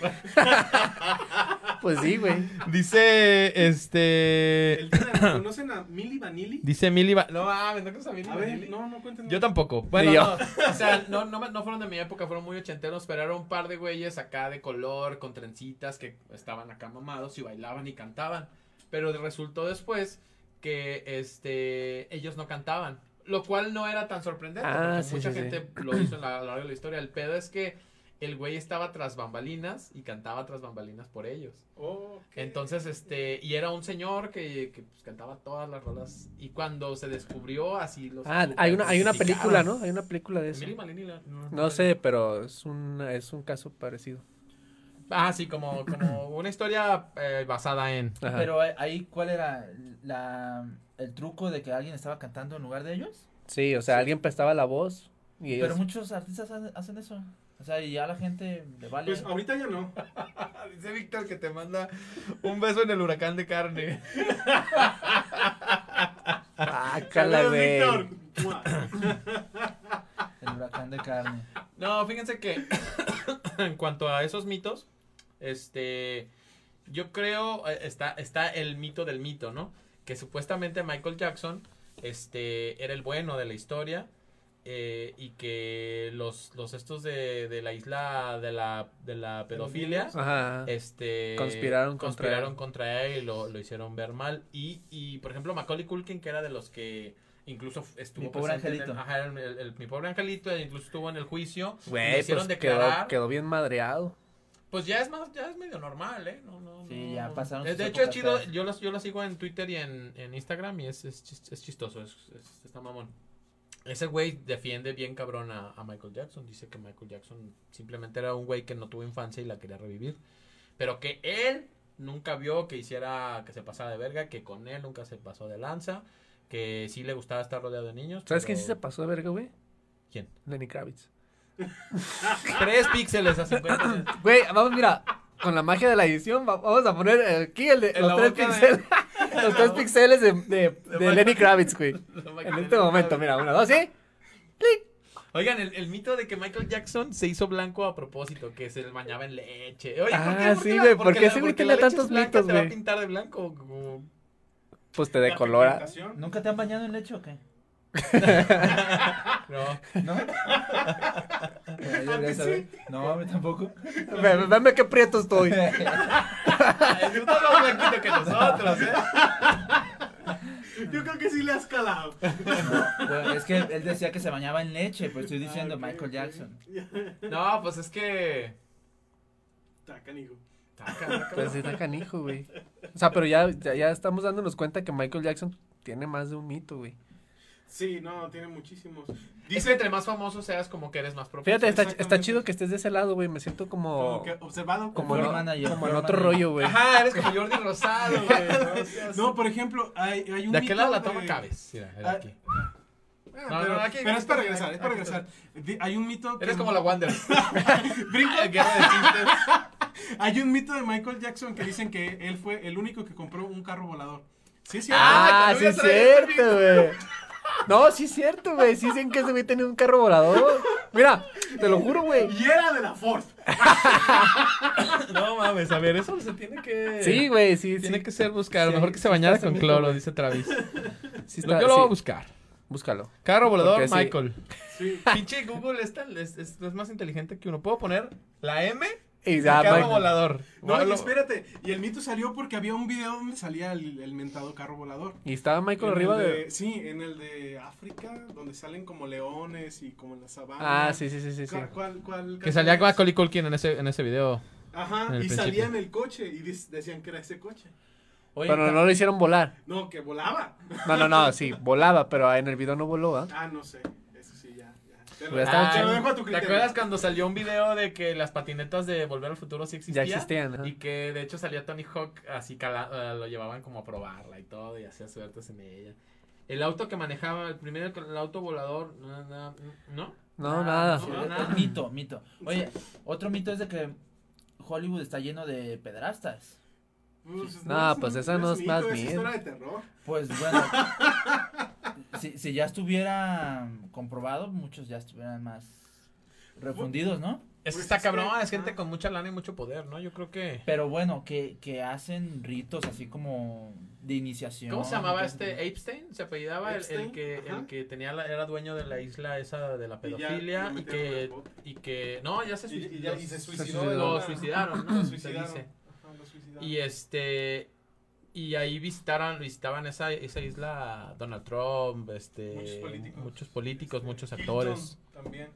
C: Pues sí, güey.
B: Dice este.
A: El día de- ¿Conocen a Milli Vanilli?
B: Dice Milly Ba- No mames, no creo que sea Milly
A: A ver,
B: Vanilli.
A: no, no cuenten.
B: Yo tampoco. Bueno,
C: Ni yo.
B: no. O sea, no, no, me- no fueron de mi época, fueron muy ochenteros, pero era un par de güeyes acá de color, con trencitas, que estaban acá mamados y bailaban y cantaban. Pero resultó después que este ellos no cantaban. Lo cual no era tan sorprendente,
C: Ah,
B: porque
C: sí,
B: mucha
C: sí, sí.
B: gente lo hizo en la, a lo largo de la historia. El pedo es que el güey estaba tras bambalinas y cantaba tras bambalinas por ellos.
A: Ok.
B: Entonces, este, y era un señor que, que, pues, cantaba todas las rolas. Y cuando se descubrió, así los.
C: Ah,
B: super
C: hay una, hay una
B: crucificaron.
C: película, ¿no? Hay una película de eso.
B: Milli Vanilli, la- no,
C: No sé, pero es un, es un caso parecido.
B: Ah, sí, como, como una historia eh, basada en.
C: Ajá.
D: Pero eh, ahí, ¿cuál era la, el truco de que alguien estaba cantando en lugar de ellos?
C: Sí, o sea, alguien prestaba la voz y ellos...
D: Pero muchos artistas ha- hacen eso. O sea, y ya la gente le vale.
A: Pues ahorita ya no.
E: Ah, Dice Víctor que te manda un beso en el huracán de carne.
C: "Ah, Guácala, güey.
A: Saludos, Víctor. Mua.
D: El huracán de carne.
B: No, fíjense que en cuanto a esos mitos, este, yo creo eh, está está el mito del mito, ¿no? Que supuestamente Michael Jackson, este, era el bueno de la historia eh, y que los los estos de, de la isla de la de la pedofilia,
C: Ajá.
B: este,
C: Conspiraron contra
B: conspiraron
C: él.
B: contra él y lo, lo hicieron ver mal y y por ejemplo Macaulay Culkin que era de los que Incluso f- estuvo
D: Mi pobre
B: presente en el-
D: angelito.
B: ajá, era el- el- el- mi pobre angelito, e incluso estuvo en el juicio. lo
C: Güey,
B: hicieron
C: pues
B: declarar.
C: quedó, quedó bien madreado.
B: Pues ya es más, ya es medio normal, ¿eh? No, no,
D: Sí,
B: no,
D: ya
B: no.
D: pasaron
B: Eh,
D: sus
B: De hecho, es
D: épocas
B: chido.
D: feas.
B: Yo las yo las sigo en Twitter y en, en Instagram y es, es, chis- es chistoso. Es, es- está mamón. Ese güey defiende bien cabrón a, a Michael Jackson. Dice que Michael Jackson simplemente era un güey que no tuvo infancia y la quería revivir. Pero que él nunca vio que hiciera, que se pasara de verga, que con él nunca se pasó de lanza, que sí le gustaba estar rodeado de niños.
C: ¿Sabes
B: pero-
C: quién sí se pasó de verga, güey?
B: ¿Quién?
C: Lenny Kravitz.
B: Tres píxeles a 50.
C: Güey, vamos, mira, con la magia de la edición va- vamos a poner aquí el de,
E: En
C: los
E: la
C: tres
E: boca de-
C: pixeles. los tres píxeles de, de- de Lenny Kravitz, güey. En este momento, mira, uno, dos, sí.
B: Oigan, el, el mito de que Michael Jackson se hizo blanco a propósito, que se bañaba en leche. Oye,
C: Ah,
B: ¿por qué? ¿Por
C: sí,
B: qué la-
C: güey,
B: porque
C: ¿por qué
B: la-
C: ese güey
B: porque
C: tenía
B: la leche
C: tantos
B: es blanca,
C: mitos,
B: ¿Te va a
C: güey?
B: pintar de blanco? como-
C: Pues te
A: La
C: decolora.
A: pigmentación.
D: ¿Nunca te han bañado en leche o qué?
B: No.
D: ¿No? Mira, yo debería
A: sí.
D: saber. No, a mí tampoco.
C: Ve- Veme qué prieto estoy.
E: Tú estás más blanquito que nosotros, ¿eh?
A: Yo creo que sí le has calado.
D: Bueno, es que él decía que se bañaba en leche, pues estoy diciendo
A: Ah, ok,
D: Michael
A: ok.
D: Jackson.
E: No, pues es que.
A: Está canijo.
E: Taca, taca.
C: Pues sí, está canijo, güey. O sea, pero ya, ya, ya estamos dándonos cuenta que Michael Jackson tiene más de un mito, güey.
A: Sí, no, tiene muchísimos.
E: Dice entre más famoso seas, como que eres más propio.
C: Fíjate, está, está
A: Exactamente.
C: chido que estés de ese lado, güey. Me siento como.
A: Como que observado.
C: Como,
D: Floor
C: en-
D: manager,
C: como en
D: floor
C: otro
D: manager.
C: rollo, güey.
E: Ajá, eres como Jordi Rosado, güey. No, seas-
A: No, por ejemplo, hay, hay un.
B: De aquel
A: mito
B: lado la toma
A: de-
B: cabes. Mira, era
A: Ah,
B: aquí.
E: Ah,
B: no,
E: pero,
B: no,
E: aquí-
A: Pero es para regresar, es para
E: aquí está.
A: regresar. Di- Hay un mito. que-
E: Eres como la Wander.
A: Brinco.
E: Guerra de chistes.
A: Hay un mito de Michael Jackson que dicen que él fue el único que compró un carro volador. Sí, sí.
C: Ah,
E: te
C: sí
E: lo
C: es
E: voy a traer,
C: cierto, güey. No, sí es cierto, güey. Sí dicen que ese güey tenía un carro volador. Mira, te lo juro, güey.
A: Y era de la Ford.
B: No mames, a ver, eso se tiene que.
C: Sí, güey, sí,
B: Tiene
C: sí.
B: que ser buscado.
C: Sí,
B: Mejor que
C: sí
B: se bañara
C: está
B: con
C: ese
B: cloro,
C: mito,
B: dice Travis.
C: sí
B: Lo-
C: está-
B: Yo lo voy a
C: sí.
B: buscar.
C: Búscalo.
B: Carro
C: Porque
B: volador,
C: sí.
B: Michael.
A: Sí.
B: Pinche Google es, tan- es, es- es más inteligente que uno. Puedo poner la M
C: Y
B: y
C: ya,
B: carro
C: Michael-
B: volador.
A: No,
B: No,
A: y
B: lo-
A: espérate. Y el mito salió porque había un video donde salía el, el mentado carro volador.
C: Y estaba Michael
A: En el
C: arriba
A: de-
C: de.
A: Sí, en el de África, donde salen como leones y como en la sabana.
C: Ah, sí, sí, sí, sí. sí.
A: ¿Cuál, cuál, cuál
B: Que salía
A: canción es?
B: Macaulay Culkin en ese, en ese video. en
A: Ajá,
B: el
A: y
B: principio.
A: salía en el coche y dis- decían que era ese coche.
D: Oye,
C: Pero
D: tam-
C: no lo hicieron volar.
A: No, que volaba.
C: No, no, no, sí, volaba, pero en el video no voló, ¿ah?
A: Ah, no sé. Eso sí, ya. ya. Te, lo,
C: Hubiera estado
B: Ah,
A: te lo
C: chido.
A: dejo a tu
B: ¿Te
A: criterio.
B: acuerdas cuando salió un video de que las patinetas de Volver al Futuro sí
C: Ya
B: existían?
C: existían, ajá.
B: Y que de hecho salía Tony Hawk así, cala- eh, lo llevaban como a probarla y todo, y hacía suertes en ella. El auto que manejaba, el primero, el auto volador, na- na- ¿no?
C: No,
D: Ah,
C: nada.
D: sí,
B: nada.
D: otro Mito, mito. Oye, otro mito es de que Hollywood está lleno de pedrastas.
A: Pues,
C: No, pues esa no es
A: mito,
C: más
A: esa
C: bien.
A: historia de terror.
D: Pues bueno, si, si ya estuviera comprobado, muchos ya estuvieran más refundidos, ¿no?
B: Es que
A: Pues
B: está
A: es que-
B: cabrón, es gente
A: ah.
B: con mucha lana y mucho poder, ¿no? Yo creo que...
D: Pero bueno, que, que hacen ritos así como de iniciación.
B: ¿Cómo se llamaba
D: y todo
B: este?
D: ese tipo.
B: ¿Epstein? Se apellidaba el- el,
A: Epstein,
B: que,
A: ajá.
B: el que tenía la- era dueño de la isla esa de la
A: Y ya lo
B: pedofilia y,
A: metieron en el
B: que...
A: bote.
B: Y que... No, ya se,
A: Y-
B: suicidó.
A: y ya- y se suicidó
E: de
B: Lo
A: una-
B: suicidaron, ¿no?
A: Lo
B: Se
A: suicidaron.
B: dice.
A: Ajá, lo suicidaron.
B: Y este y ahí visitaron, visitaban esa, esa isla Donald Trump, este
A: Muchos políticos.
B: muchos políticos,
A: Este,
B: muchos
A: Clinton
B: actores.
A: También.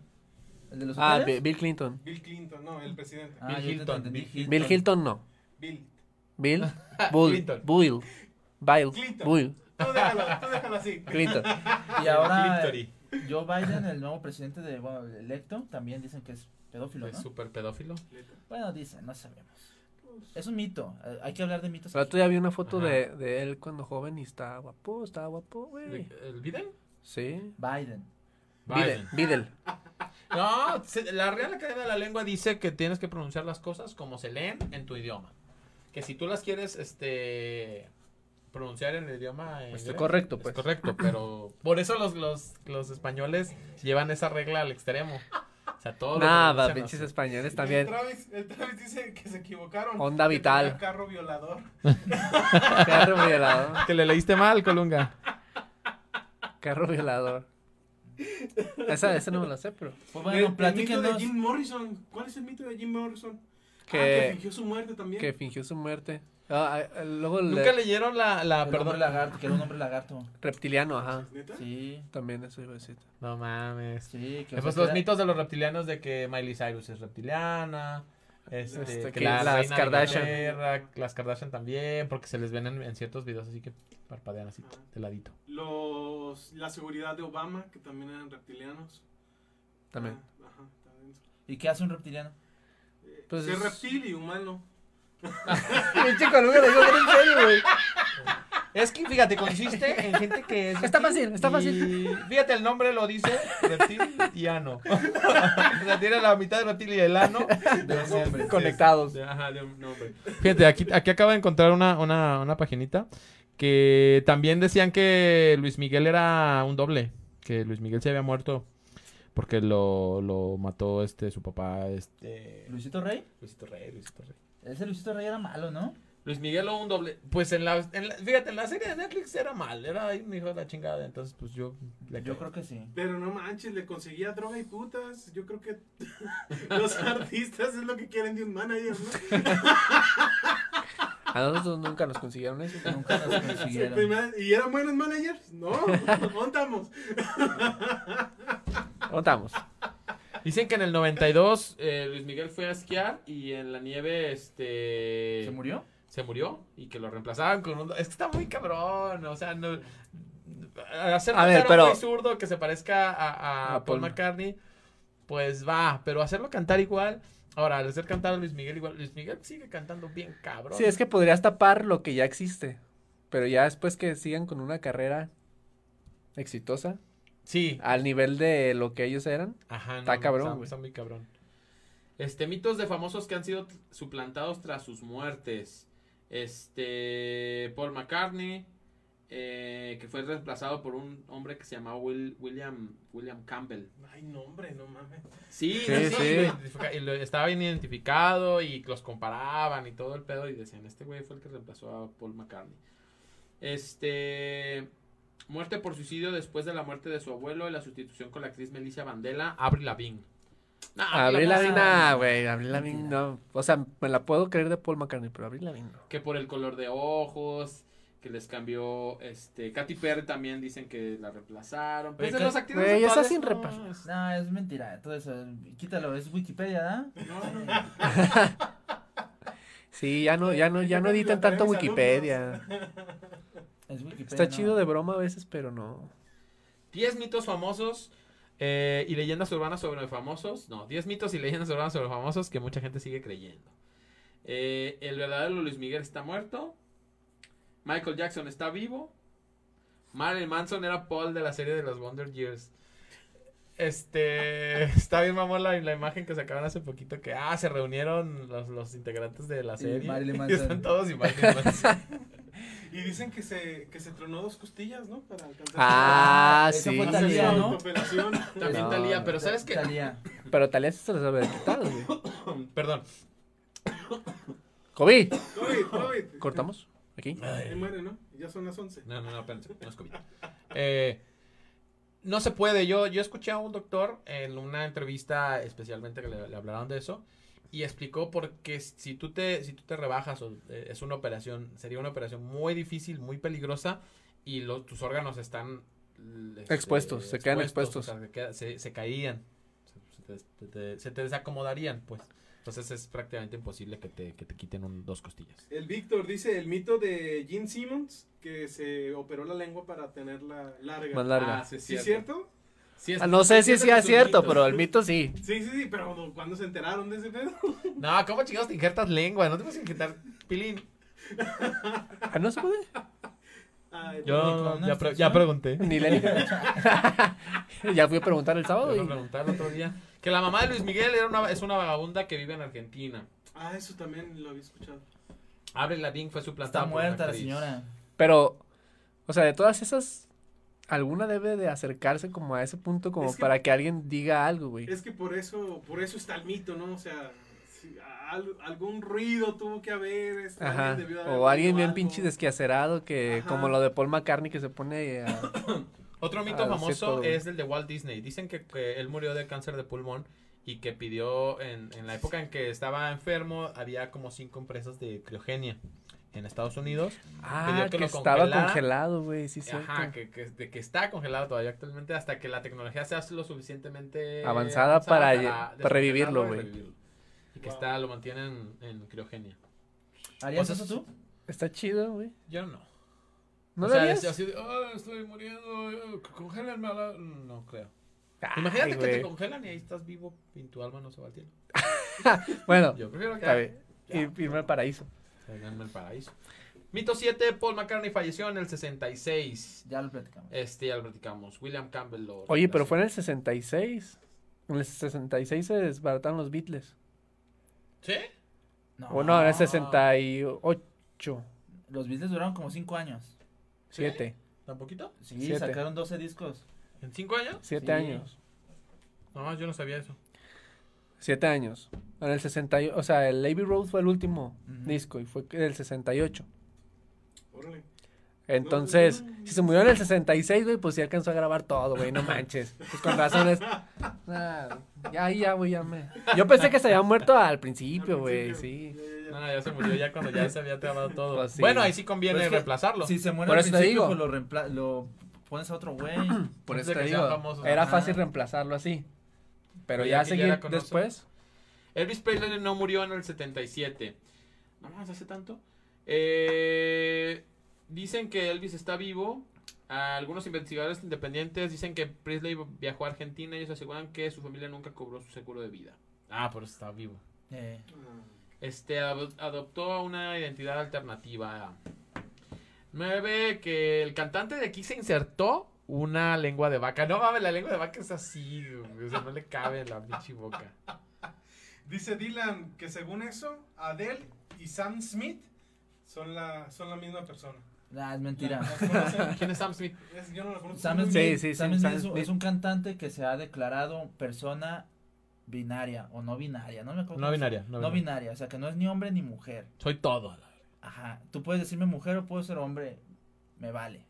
D: ¿El de los
C: Ah,
D: hoteles?
C: Bi- Bill Clinton.
A: Bill Clinton, no, el presidente.
D: Ah, yo te
B: Bill Hilton,
D: entendí,
B: Bill
C: Bill Hilton no.
A: Bill.
C: Bill. Bull.
B: Clinton.
C: Bull. Bill.
A: Clinton.
C: Bull.
A: Tú déjalo, tú déjalo así.
C: Clinton.
D: Y ahora
B: Clintory,
D: Joe Biden, el nuevo presidente de bueno, el electo, también dicen que es pedófilo,
B: es
D: ¿no?
B: súper pedófilo.
D: Bueno, dicen, no sabemos. Es un mito. eh, Hay que hablar de mitos.
C: El otro día vi una foto
B: Ajá.
C: de, de él cuando joven y está guapo, está guapo, güey.
B: ¿El Biden?
C: Sí.
D: Biden.
B: Biden.
C: Bidel. Bidel.
B: No, se- la Real Academia de la Lengua dice que tienes que pronunciar las cosas como se leen en tu idioma. Que si tú las quieres este pronunciar en el idioma
C: Pues,
B: inglés,
C: correcto,
B: es
C: pues.
B: Este, correcto, pero por eso los, los, los españoles llevan esa regla al extremo. O sea, todo lo
C: Nada,
B: pronuncian
C: pinches
B: así.
C: españoles
A: El
C: también.
A: Travis, el Travis dice que se equivocaron.
C: Onda
A: Que tenía
C: vital.
A: Carro violador.
C: Carro violador.
B: Que le leíste mal, Colunga.
C: Carro violador. Esa, esa no me la sé, pero.
D: Pues
A: El-
D: bueno,
A: el mito de
D: platíquenos.
A: Jim Morrison. ¿Cuál es el mito de Jim Morrison?
C: Que-
A: Ah, que fingió su muerte también.
C: Que fingió su muerte. Ah, ah, luego el
B: Nunca leyeron la, la-
D: El hombre
B: perdón.
D: lagarto, que era un hombre lagarto.
C: reptiliano, ajá.
A: ¿Neta?
D: Sí,
C: También eso iba a decir.
B: No mames.
D: sí. Que, o sea,
B: Eh, pues
D: que
B: los
D: era-
B: mitos de los reptilianos de que Miley Cyrus es reptiliana. Este,
C: Este,
B: que
C: que
B: la
C: las
B: reina de
C: Kardashian.
B: Inglaterra, las Kardashian también, porque se les ven en, en ciertos videos así que parpadean así, de ladito.
A: Los, la seguridad de Obama, que también eran reptilianos.
C: También.
A: Ah, ajá, también.
D: ¿Y qué hace un reptiliano?
A: Eh,
C: Pues
A: ser
C: es-
A: reptil y humano.
C: Pinche Colunga lo dijo bien en serio, güey.
B: Es que, fíjate, consiste en gente que es...
C: Está fácil, está fácil.
B: y- Fíjate, el nombre lo dice reptiliano. o sea, tiene la mitad de reptil y el ano.
C: Conectados.
B: Ajá, de un nombre. Fíjate, aquí, aquí acabo de encontrar una, una, una paginita que también decían que Luis Miguel era un doble, que Luis Miguel se había muerto porque lo, lo mató este su papá, este
D: ¿Luisito Rey?
B: Luisito Rey, Luisito Rey.
D: Ese Luisito Rey era malo, ¿no?
B: Luis Miguel o un doble. Pues en la, en la- fíjate, en la serie de Netflix era mal, era ahí un hijo de la chingada, entonces pues yo le
D: Yo
B: caí.
D: creo que sí.
A: Pero no manches, le conseguía droga y putas. Yo creo que los artistas es lo que quieren de un manager, ¿no?
C: A nosotros nunca nos consiguieron eso.
D: Nunca nos
A: Sí,
D: consiguieron.
A: primero- ¿Y eran buenos managers? No, contamos.
C: Contamos.
B: Dicen que en el 92 eh, Luis Miguel fue a esquiar y en la nieve este
D: ¿Se murió?
B: se murió y que lo reemplazaban con un... Es que está muy cabrón, o sea, no... Hacer
C: A ver,
B: cantar
C: pero-
B: un güey zurdo que se parezca a, a
C: A
B: Paul
C: Paul.
B: McCartney, pues va, pero hacerlo cantar igual... Ahora, al hacer cantar a Luis Miguel igual, Luis Miguel sigue cantando bien cabrón.
C: Sí, es que podrías tapar lo que ya existe. Pero ya después que sigan con una carrera exitosa,
B: Sí,
C: al nivel de lo que ellos eran.
B: Ajá, no,
C: Está cabrón,
B: Está,
C: güey.
B: está muy cabrón. Este, mitos de famosos que han sido t- suplantados tras sus muertes. Este, Paul McCartney, eh, que fue reemplazado por un hombre que se llamaba Will- William, William Campbell.
A: Ay, no, hombre, no mames.
B: Sí,
C: Sí,
B: sí,
C: sí.
B: identifica- Y lo, estaba bien identificado y los comparaban y todo el pedo y decían, este güey fue el que reemplazó a Paul McCartney. Este, muerte por suicidio después de la muerte de su abuelo y la sustitución con la actriz Melissa Vandela, Avril Lavigne. No,
C: Abrí Ah, la
B: Lavigne-
C: vina, güey. Abrí la vina,
D: Mentira.
C: no. O sea, me la puedo creer de Paul McCartney, pero abrí la vina. no.
B: Que por el color de ojos, que les cambió, este, Katy Perry también dicen que la reemplazaron. Pues
D: Oye,
B: de
D: Kat-
B: los actores
C: güey, esa
B: actuales,
C: sin
B: no,
C: reemplazar.
B: es-
D: No, es mentira. Todo eso. Quítalo, es Wikipedia, ¿da?
B: no, no.
C: Sí, ya no, ya no, ya no editan tanto Wikipedia.
D: Es Wikipedia.
C: Está
D: no.
C: chido de broma a veces, pero no.
B: 10 mitos famosos eh, y leyendas urbanas sobre famosos. No, 10 mitos y leyendas urbanas sobre famosos que mucha gente sigue creyendo. Eh, el verdadero Luis Miguel está muerto. Michael Jackson está vivo. Marilyn Manson era Paul de la serie de los Wonder Years. Este. Está bien, mamón, la, la imagen que sacaban hace poquito que. Ah, se reunieron los, los integrantes de la
D: Y
B: serie.
D: Marilyn
B: Y
D: Manson.
B: están todos y Marilyn Manson.
A: Y dicen que se, que se tronó dos costillas, ¿no? Para alcanzar.
C: Ah,
D: Esa
C: sí.
D: fue
A: Para hacer
D: Talía,
A: su
D: ¿no?
A: autooperación.
B: También
C: No,
B: Talía, pero ¿sabes qué?
D: Talía.
C: Pero tal vez se los había quitado, güey.
B: Perdón.
C: Kobe,
A: COVID, COVID.
C: cortamos. Aquí.
A: Ahí muere, ¿no? Ya son las 11.
B: No, no, no, espérense, no es COVID. Eh, no se puede. Yo, yo escuché a un doctor en una entrevista especialmente que le, le hablaron de eso y explicó por qué si tú te, si tú te rebajas o, eh, es una operación, sería una operación muy difícil, muy peligrosa y los, tus órganos están l- este,
C: Expuestos, se quedan expuestos.
B: o sea, se queda- se, se caían, se, se te, te- se te desacomodarían, pues. Entonces es prácticamente imposible que te, que te quiten un- dos costillas.
A: El Víctor dice el mito de Gene Simmons que se operó la lengua para tenerla larga.
C: Más larga.
B: Ah, sí, es
A: Ah, ¿Sí es cierto?
B: Sí es-
C: Ah, No sé
B: sí
C: si
B: es de
C: sea
B: los
C: cierto,
B: mitos.
C: pero el mito sí.
A: Sí, sí, sí, pero no, ¿cuándo se enteraron de ese pedo?
B: No, ¿cómo chingados te injertas lengua? No te puedes injertar pilín.
C: Ah, no se puede.
A: Ay,
D: Yo- ¿Con una ya pre- ya
B: pregunté.
C: Ni le Ya fui a preguntar el sábado y.
B: otro día. Que la mamá de Luis Miguel era una, es una vagabunda que vive en Argentina.
A: Ah, eso también lo había escuchado.
B: Abre Lavigne fue suplantada
D: Está
B: por una
D: muerta la
B: actriz.
D: señora.
C: Pero, o sea, de todas esas, alguna debe de acercarse como a ese punto como
A: Es que-
C: para que alguien diga algo, güey.
A: Es que por eso, por eso está el mito, ¿no? O sea, si al- algún ruido tuvo que haber. este,
C: Ajá.
A: debió haber
C: O alguien
A: oído
C: bien
A: algo.
C: pinche desquiacerado que,
A: Ajá.
C: como lo de Paul McCartney que se pone a-
B: Otro mito
C: Ah, sí,
B: famoso
C: todo.
B: es el de Walt Disney. Dicen que, que él murió de cáncer de pulmón y que pidió, en, en la época en que estaba enfermo, había como cinco empresas de criogenia en Estados Unidos.
C: Ah,
B: que
C: que,
B: lo
C: estaba
B: congelara.
C: congelado, güey, sí, cierto.
B: Ajá, que, que, de que está congelado todavía actualmente hasta que la tecnología se hace lo suficientemente
C: Avanzada para lle- para
B: descongelarlo
C: revivirlo,
B: y
C: güey.
B: revivirlo. Y que
A: Wow.
B: está, lo mantienen en criogenia.
D: ¿Harías
B: O sea,
D: eso tú?
C: Está chido, güey.
B: Yo no.
C: ¿No
B: o
C: lo
B: sea,
C: harías?
B: es así de, "Ah, estoy muriendo, eh, congélenme a la... No creo.
C: Ay,
B: Imagínate que te
C: güey.
B: congelan y ahí estás vivo y tu alma no se va al cielo.
C: Bueno,
B: Yo prefiero que
C: está bien.
B: Ya.
C: Y firma el paraíso.
B: venganme al paraíso. Mito 7, Paul McCartney falleció en el 66.
D: Ya lo platicamos.
B: Este, ya lo platicamos. William Campbell lo...
C: Oye, pero
B: reemplazó.
C: fue en el 66. En el 66 se desbarataron los Beatles.
B: ¿Sí?
C: O
D: Ah.
C: no, en el
B: ese-
C: 68,
D: Los Beatles duraron como 5 años.
B: ¿Sí?
C: 7,
B: ¿Tan poquito?
D: Sí,
C: Siete.
D: sacaron 12 discos.
B: ¿En cinco años?
C: 7
D: Sí.
C: años.
B: No, yo no sabía eso.
C: Siete años. En el 68, o sea, el Abbey Road fue el último
D: Ujú.
C: disco y fue del 68.
A: Órale.
C: Entonces,
A: No, no, no.
C: si se murió en el 66, güey, pues sí alcanzó a grabar todo, güey, no manches. Pues con razones. Ah, ya, ya, güey, ya me. Yo pensé que se había muerto al principio,
A: Al
C: güey, sí.
A: principio. Ya,
B: No,
A: ya, ya.
B: no, ya se murió ya cuando ya se había trabado todo.
C: Pues sí.
B: Bueno, ahí sí conviene
D: Pero es que
B: reemplazarlo.
D: Si se muere
C: Por
D: al
C: eso te
D: principio,
C: digo.
D: pues lo, reempla- lo pones a otro güey.
C: Por
B: Antes
C: eso
B: de
C: te
B: que sean
C: digo,
B: famosos,
C: era
D: ajá.
C: fácil reemplazarlo así. Pero
B: Oye,
C: ya
B: que ya
C: seguir
B: la conocen.
C: después.
B: Elvis Presley no murió en el 77. No mames, hace tanto. Eh, dicen que Elvis está vivo. Algunos investigadores independientes dicen que Presley viajó a Argentina y ellos aseguran que su familia nunca cobró su seguro de vida. Ah, por eso está vivo.
D: Eh,
B: Este ad- adoptó una identidad alternativa. 9. Que el cantante de aquí se insertó una lengua de vaca. No mames, la lengua de vaca es así. güey, O sea, no le cabe en la pinche boca.
A: Dice Dylan que según eso, Adele y Sam Smith son la, son la misma persona.
D: ah, es mentira.
A: Las conocen.
B: ¿Quién es Sam Smith?
A: Es- yo no la conozco.
D: Sam Smith,
C: Sí, sí, sí,
D: Sam Smith
C: Sam
D: es, un-
C: Smith.
D: es un cantante que se ha declarado persona binaria o no binaria, no me acuerdo.
B: No
D: cómo se-
B: binaria. No
D: No
B: binaria.
D: binaria, o sea que no es ni hombre ni mujer.
B: Soy todo.
D: Ajá, tú puedes decirme mujer o puedo ser hombre, me vale.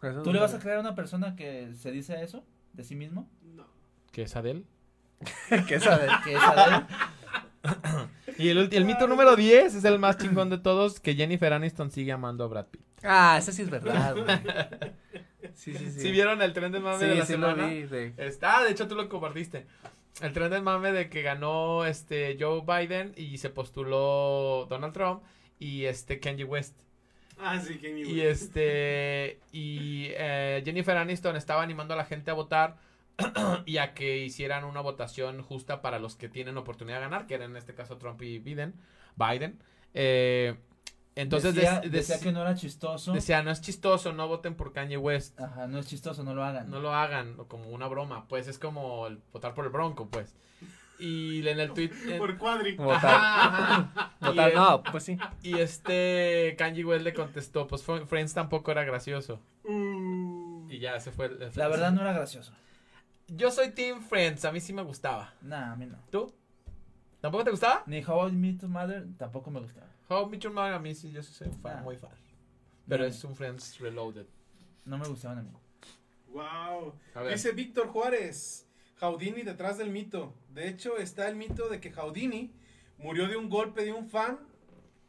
C: pues, Eso es
D: ¿Tú le vas a
C: bueno.
D: creer a una persona que se dice eso de sí mismo?
A: No.
B: ¿Qué es Adele?
C: que saber.
D: Que es Adele.
B: Y el, ulti- el mito número 10 es el más chingón de todos, que Jennifer Aniston sigue amando a Brad Pitt.
C: Ah, eso sí es verdad, güey. Sí, sí, sí.
B: ¿Sí vieron el tren del mame
C: Sí,
B: de la
C: sí lo
B: semana?
C: vi, sí.
B: Está, de hecho tú lo compartiste. El tren del mame de que ganó este Joe Biden y se postuló Donald Trump y este Kanye West.
A: Ah, sí, Kanye
B: Y
A: West.
B: este y eh, Jennifer Aniston estaba animando a la gente a votar y a que hicieran una votación justa para los que tienen oportunidad de ganar, que eran en este caso Trump y Biden, Biden. Eh, entonces
D: decía,
B: des-
D: decía
B: des-
D: que no era chistoso.
B: decía, no es chistoso, no voten por Kanye West.
D: Ajá, no es chistoso, no lo hagan.
B: No lo hagan o como una broma, pues es como el votar por el Bronco, pues. Y en el tweet
A: Por cuadri.
C: Votar.
B: Y
C: Votar,
B: el-
C: no, pues sí.
B: y este Kanye West le contestó, pues Fr- Friends tampoco era gracioso.
A: Uh.
B: Y ya se fue. el-
D: La verdad no era gracioso.
B: Yo soy Team Friends, a mí sí me gustaba.
D: Nah, a mí no.
B: ¿Tú? ¿Tampoco te gustaba?
D: Ni How I Met Your Mother tampoco me gustaba.
B: How I Met Your Mother, a mí sí, yo sí soy fan,
D: Ah.
B: muy fan. Pero
C: Mm.
D: No,
B: es un Friends Reloaded.
D: No me gustaban a mí.
A: Wow.
B: A ver.
A: Dice Víctor Juárez, Jaudini detrás del mito. De hecho, está el mito de que Jaudini murió de un golpe de un fan,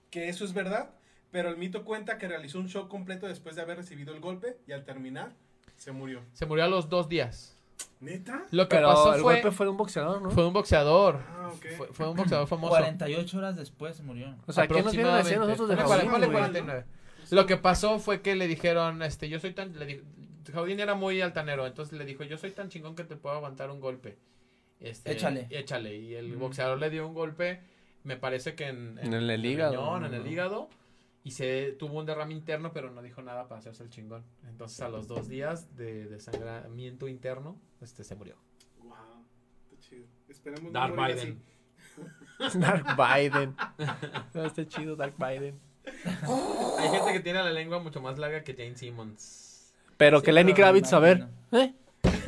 A: que eso es verdad, pero el mito cuenta que realizó un show completo después de haber recibido el golpe y al terminar se murió.
B: Se murió a los dos días.
A: ¿Neta?
B: Lo que
C: Pero
B: pasó
C: el
B: fue,
C: golpe fue de un boxeador, ¿no?
B: fue un boxeador.
A: Ah, ok.
B: Fue, fue un boxeador famoso.
D: 48 horas después murió.
C: O sea, ¿qué nos vienen a decir
B: Aproximadamente.
C: nosotros de
B: Ponle
C: Jaudín,
B: cuarenta- ponle
A: güey?
B: 49. Lo que pasó fue que le dijeron, este, yo soy tan... Le di- Jaudín era muy altanero, entonces le dijo, yo soy tan chingón que te puedo aguantar un golpe. Este,
D: Échale.
B: Échale. Y el
D: Mm.
B: boxeador le dio un golpe, me parece que en,
C: En el hígado,
B: riñón, en
C: ¿no?
B: el hígado. Y se tuvo un derrame interno, pero no dijo nada para hacerse el chingón. Entonces a los dos días de desangramiento interno, este, se murió.
A: Wow. Está chido. Esperemos no
B: Darth
A: morir
B: Biden.
C: Dark Biden. No, está chido Dark Biden.
B: Hay gente que tiene la lengua mucho más larga que Jane Simmons.
C: Pero
D: Sí,
C: que Lenny
D: pero me
C: Kravitz, a ver.
D: imagino.
C: ¿Eh?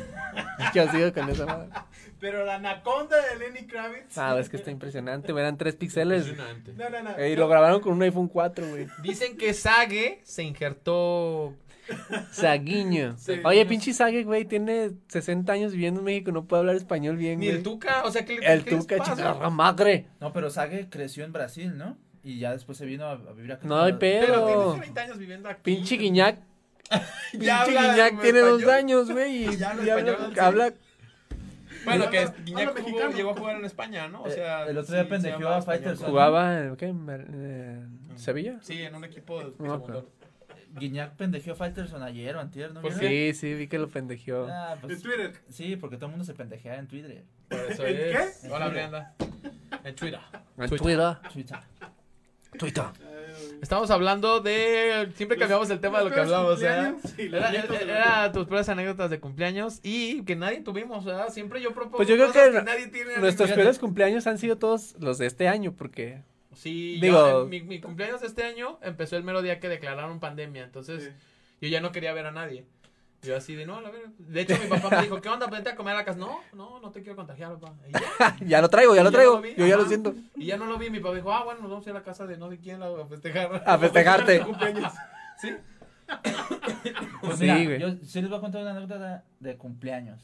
C: ¿Qué ha sido con esa madre?
A: así. Pero la anaconda de Lenny Kravitz.
C: Ah, es que está impresionante, güey, eran tres píxeles.
B: Impresionante.
A: No, no, no.
C: Eh, Y lo grabaron con un iPhone 4, güey.
B: Dicen que Sage se injertó.
C: Saguiño.
A: Sí.
C: Oye, pinche Sague, güey, tiene 60 años viviendo en México, no puede hablar español bien,
B: Ni el
C: güey.
B: Tuca, o sea que le
C: El
B: ¿qué les
C: Tuca,
B: pasa?
C: chingada madre.
D: No, pero Sage creció en Brasil, ¿no? Y ya después se vino a, a vivir acá.
C: No hay
B: Pero
C: pedo.
B: tienes 30 años viviendo aquí.
C: Pinche Guiñac.
B: Ya
C: Pinche
B: habla
C: Guiñac
B: como
C: tiene dos
B: español.
C: años, güey. Y,
B: Y ya habla
C: y habla,
B: español, sí.
C: habla-
B: Bueno, que
A: Habla-
B: Guiñac
A: habla
B: jugó-
A: mexicano.
B: llegó a jugar en España, ¿no? O
D: Eh,
B: sea,
D: el otro día
B: sí,
D: pendejeó
B: sí hablaba
D: a
B: español.
D: Fighters.
C: jugaba en, ¿qué? En- en-
B: Mm.
C: en Sevilla.
B: Sí, en un equipo de
C: No,
B: segundo.
D: Guiñac pendejeó a Falterson ayer o antier, ¿no?
B: ¿Por
D: vieron?
C: Pues Sí, sí, vi que lo pendejeó.
D: Ah,
A: En
D: pues,
A: Twitter.
D: sí, porque todo el mundo se pendejea en Twitter.
B: Por eso
A: ¿En
B: es.
D: qué?
B: Hola, Brianda. En Twitter.
C: En Twitter.
D: Twitter.
C: Twitter.
A: Ay,
B: Estamos hablando de. Siempre
A: Los-
B: cambiamos el tema de lo que
A: los peores
B: hablábamos, ¿verdad?
A: cumpleaños. Sí, los
B: Era,
A: nietos de-
B: era tus peores anécdotas de cumpleaños y que nadie tuvimos, ¿verdad? Siempre yo propongo
C: Pues yo creo
B: cosas
C: que
B: nadie tiene.
C: Nuestros
B: Fíjate.
C: peores cumpleaños han sido todos los de este año, porque
B: Sí,
C: Digo-
B: yo- eh, mi, mi cumpleaños de este año empezó el mero día que declararon pandemia, entonces
A: Sí.
B: yo ya no quería ver a nadie. Y yo así de, no, a la verga. De hecho, mi papá me dijo, ¿qué onda? Vente a comer a la casa. No, no, no te quiero contagiar, papá. Y ya,
C: ah, Ya lo traigo, ya lo
B: Y
C: traigo.
B: vi,
C: Yo ya
B: ajá.
C: lo siento.
B: Y ya no lo vi. Mi papá dijo, ah, bueno, nos vamos a ir a la casa de no sé quién a festejar.
C: A festejarte.
B: tu cumpleaños. Sí.
D: Pues
C: Sí,
D: mira,
C: güey.
D: yo sí les voy a contar una anécdota de cumpleaños.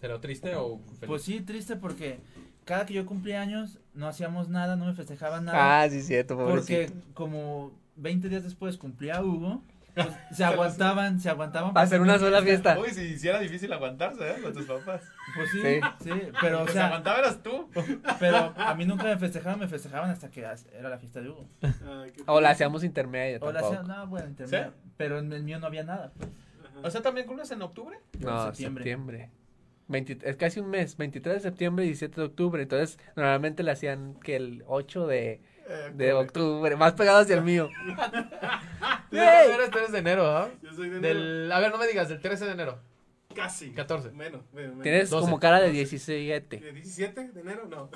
B: ¿Pero triste o feliz?
D: Pues sí, triste porque cada que yo cumplía años no hacíamos nada, no me festejaban nada.
C: Ah, sí, cierto, pobrecito.
D: porque como 20 días después cumplía Hugo, pues, se aguantaban, se aguantaban.
C: Va a ser una sola fiesta.
E: Uy, si hiciera difícil aguantarse, ¿eh? Con tus papás.
D: Pues sí,
C: Sí.
D: sí, pero
E: Pero,
D: o
B: Pues
E: se
D: sea,
E: aguantaba eras tú.
D: pero a mí nunca me festejaban, me festejaban hasta que as- era la fiesta de Hugo.
A: Ay, Ah, qué
C: O la hacíamos intermedia
D: O la
C: tampoco.
D: hacían- no, bueno, intermedio, pero en el mío no había nada. pues.
B: O sea, ¿también cumples en octubre?
C: No, septiembre.
D: septiembre.
C: 20 es casi un mes, 23 de septiembre y 17 de octubre. Entonces, normalmente la hacían que el 8 de,
E: Eh,
C: de octubre, más pegado hacia el mío.
B: Tú
C: Ey.
B: eres 3 de enero, ¿ah?
A: Yo soy de enero.
B: Del, a ver, no me digas, del 13 de enero.
A: Casi.
B: 14.
A: Menos, menos, menos.
C: Tienes
B: 12.
C: como cara de 17.
A: ¿De 17 de enero? No.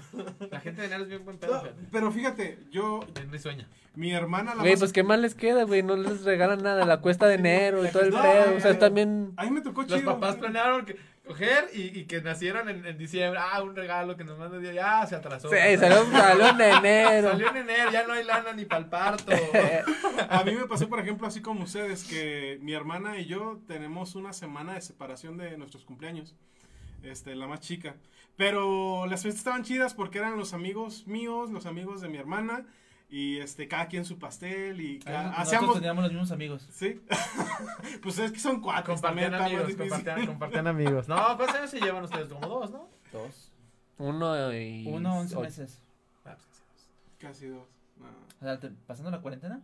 B: La gente de enero es bien buen pedo,
A: No, Pero fíjate, yo,
B: Es mi sueño.
A: mi hermana la
C: Güey,
A: más-
C: pues qué más les queda, güey, no les regalan nada, la cuesta de enero y todo el
A: No,
C: pedo, o sea,
A: eh,
C: también
A: A mí me tocó
B: Los
A: chido.
B: papás
A: güey.
B: planearon que, coger y, y que nacieran en, en diciembre. Ah, un regalo que nos manda Dios. Ya se atrasó.
C: sí, salió, Ah, salió en enero. Eh,
B: Salió en enero, ya no hay lana ni para el parto.
A: A mí me pasó, por ejemplo, así como ustedes, que mi hermana y yo tenemos una semana de separación de nuestros cumpleaños. Este, la más chica. Pero las fiestas estaban chidas porque eran los amigos míos, los amigos de mi hermana. Y este, cada quien su pastel. Y cada-
D: Ah, Nosotros
A: Ah, hacíamos.
D: teníamos los mismos amigos.
A: Sí. pues es que son cuatro.
B: Ah, compartían
A: también está más
B: amigos,
A: difícil.
B: compartían, compartían amigos. No, ¿cuántos años se llevan ustedes? Como dos, ¿no?
D: Dos.
C: Uno y
D: Uno, once
C: o-
D: meses.
B: Ah, pues, casi dos.
A: Casi dos. No.
D: O sea, te- pasando la cuarentena.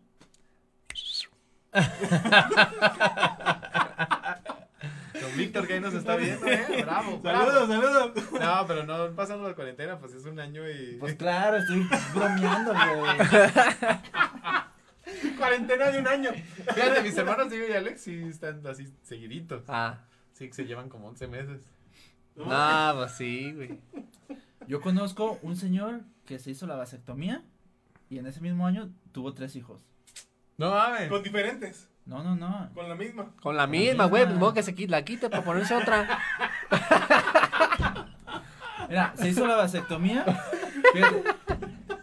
E: Don Víctor que ahí nos está viendo.
B: Eh, Bravo, bravo.
A: Saludos, saludos.
B: No, pero no pasando la cuarentena, pues es un año y.
D: Pues claro, estoy bromeando, güey.
B: cuarentena de un año. Fíjate, mis hermanos Diego y Alex sí están así seguiditos.
C: Ah,
B: Sí, que se llevan como 11 meses.
C: no, pues sí, güey.
D: Yo conozco un señor que se hizo la vasectomía y en ese mismo año tuvo tres hijos.
B: No mames.
A: Con diferentes.
D: No, no, no.
A: Con la misma.
C: Con la
D: Con la
C: misma, güey, pues,
D: misma.
C: modo que se qui- la quite para ponerse otra.
D: Mira, se hizo la vasectomía. Fíjate,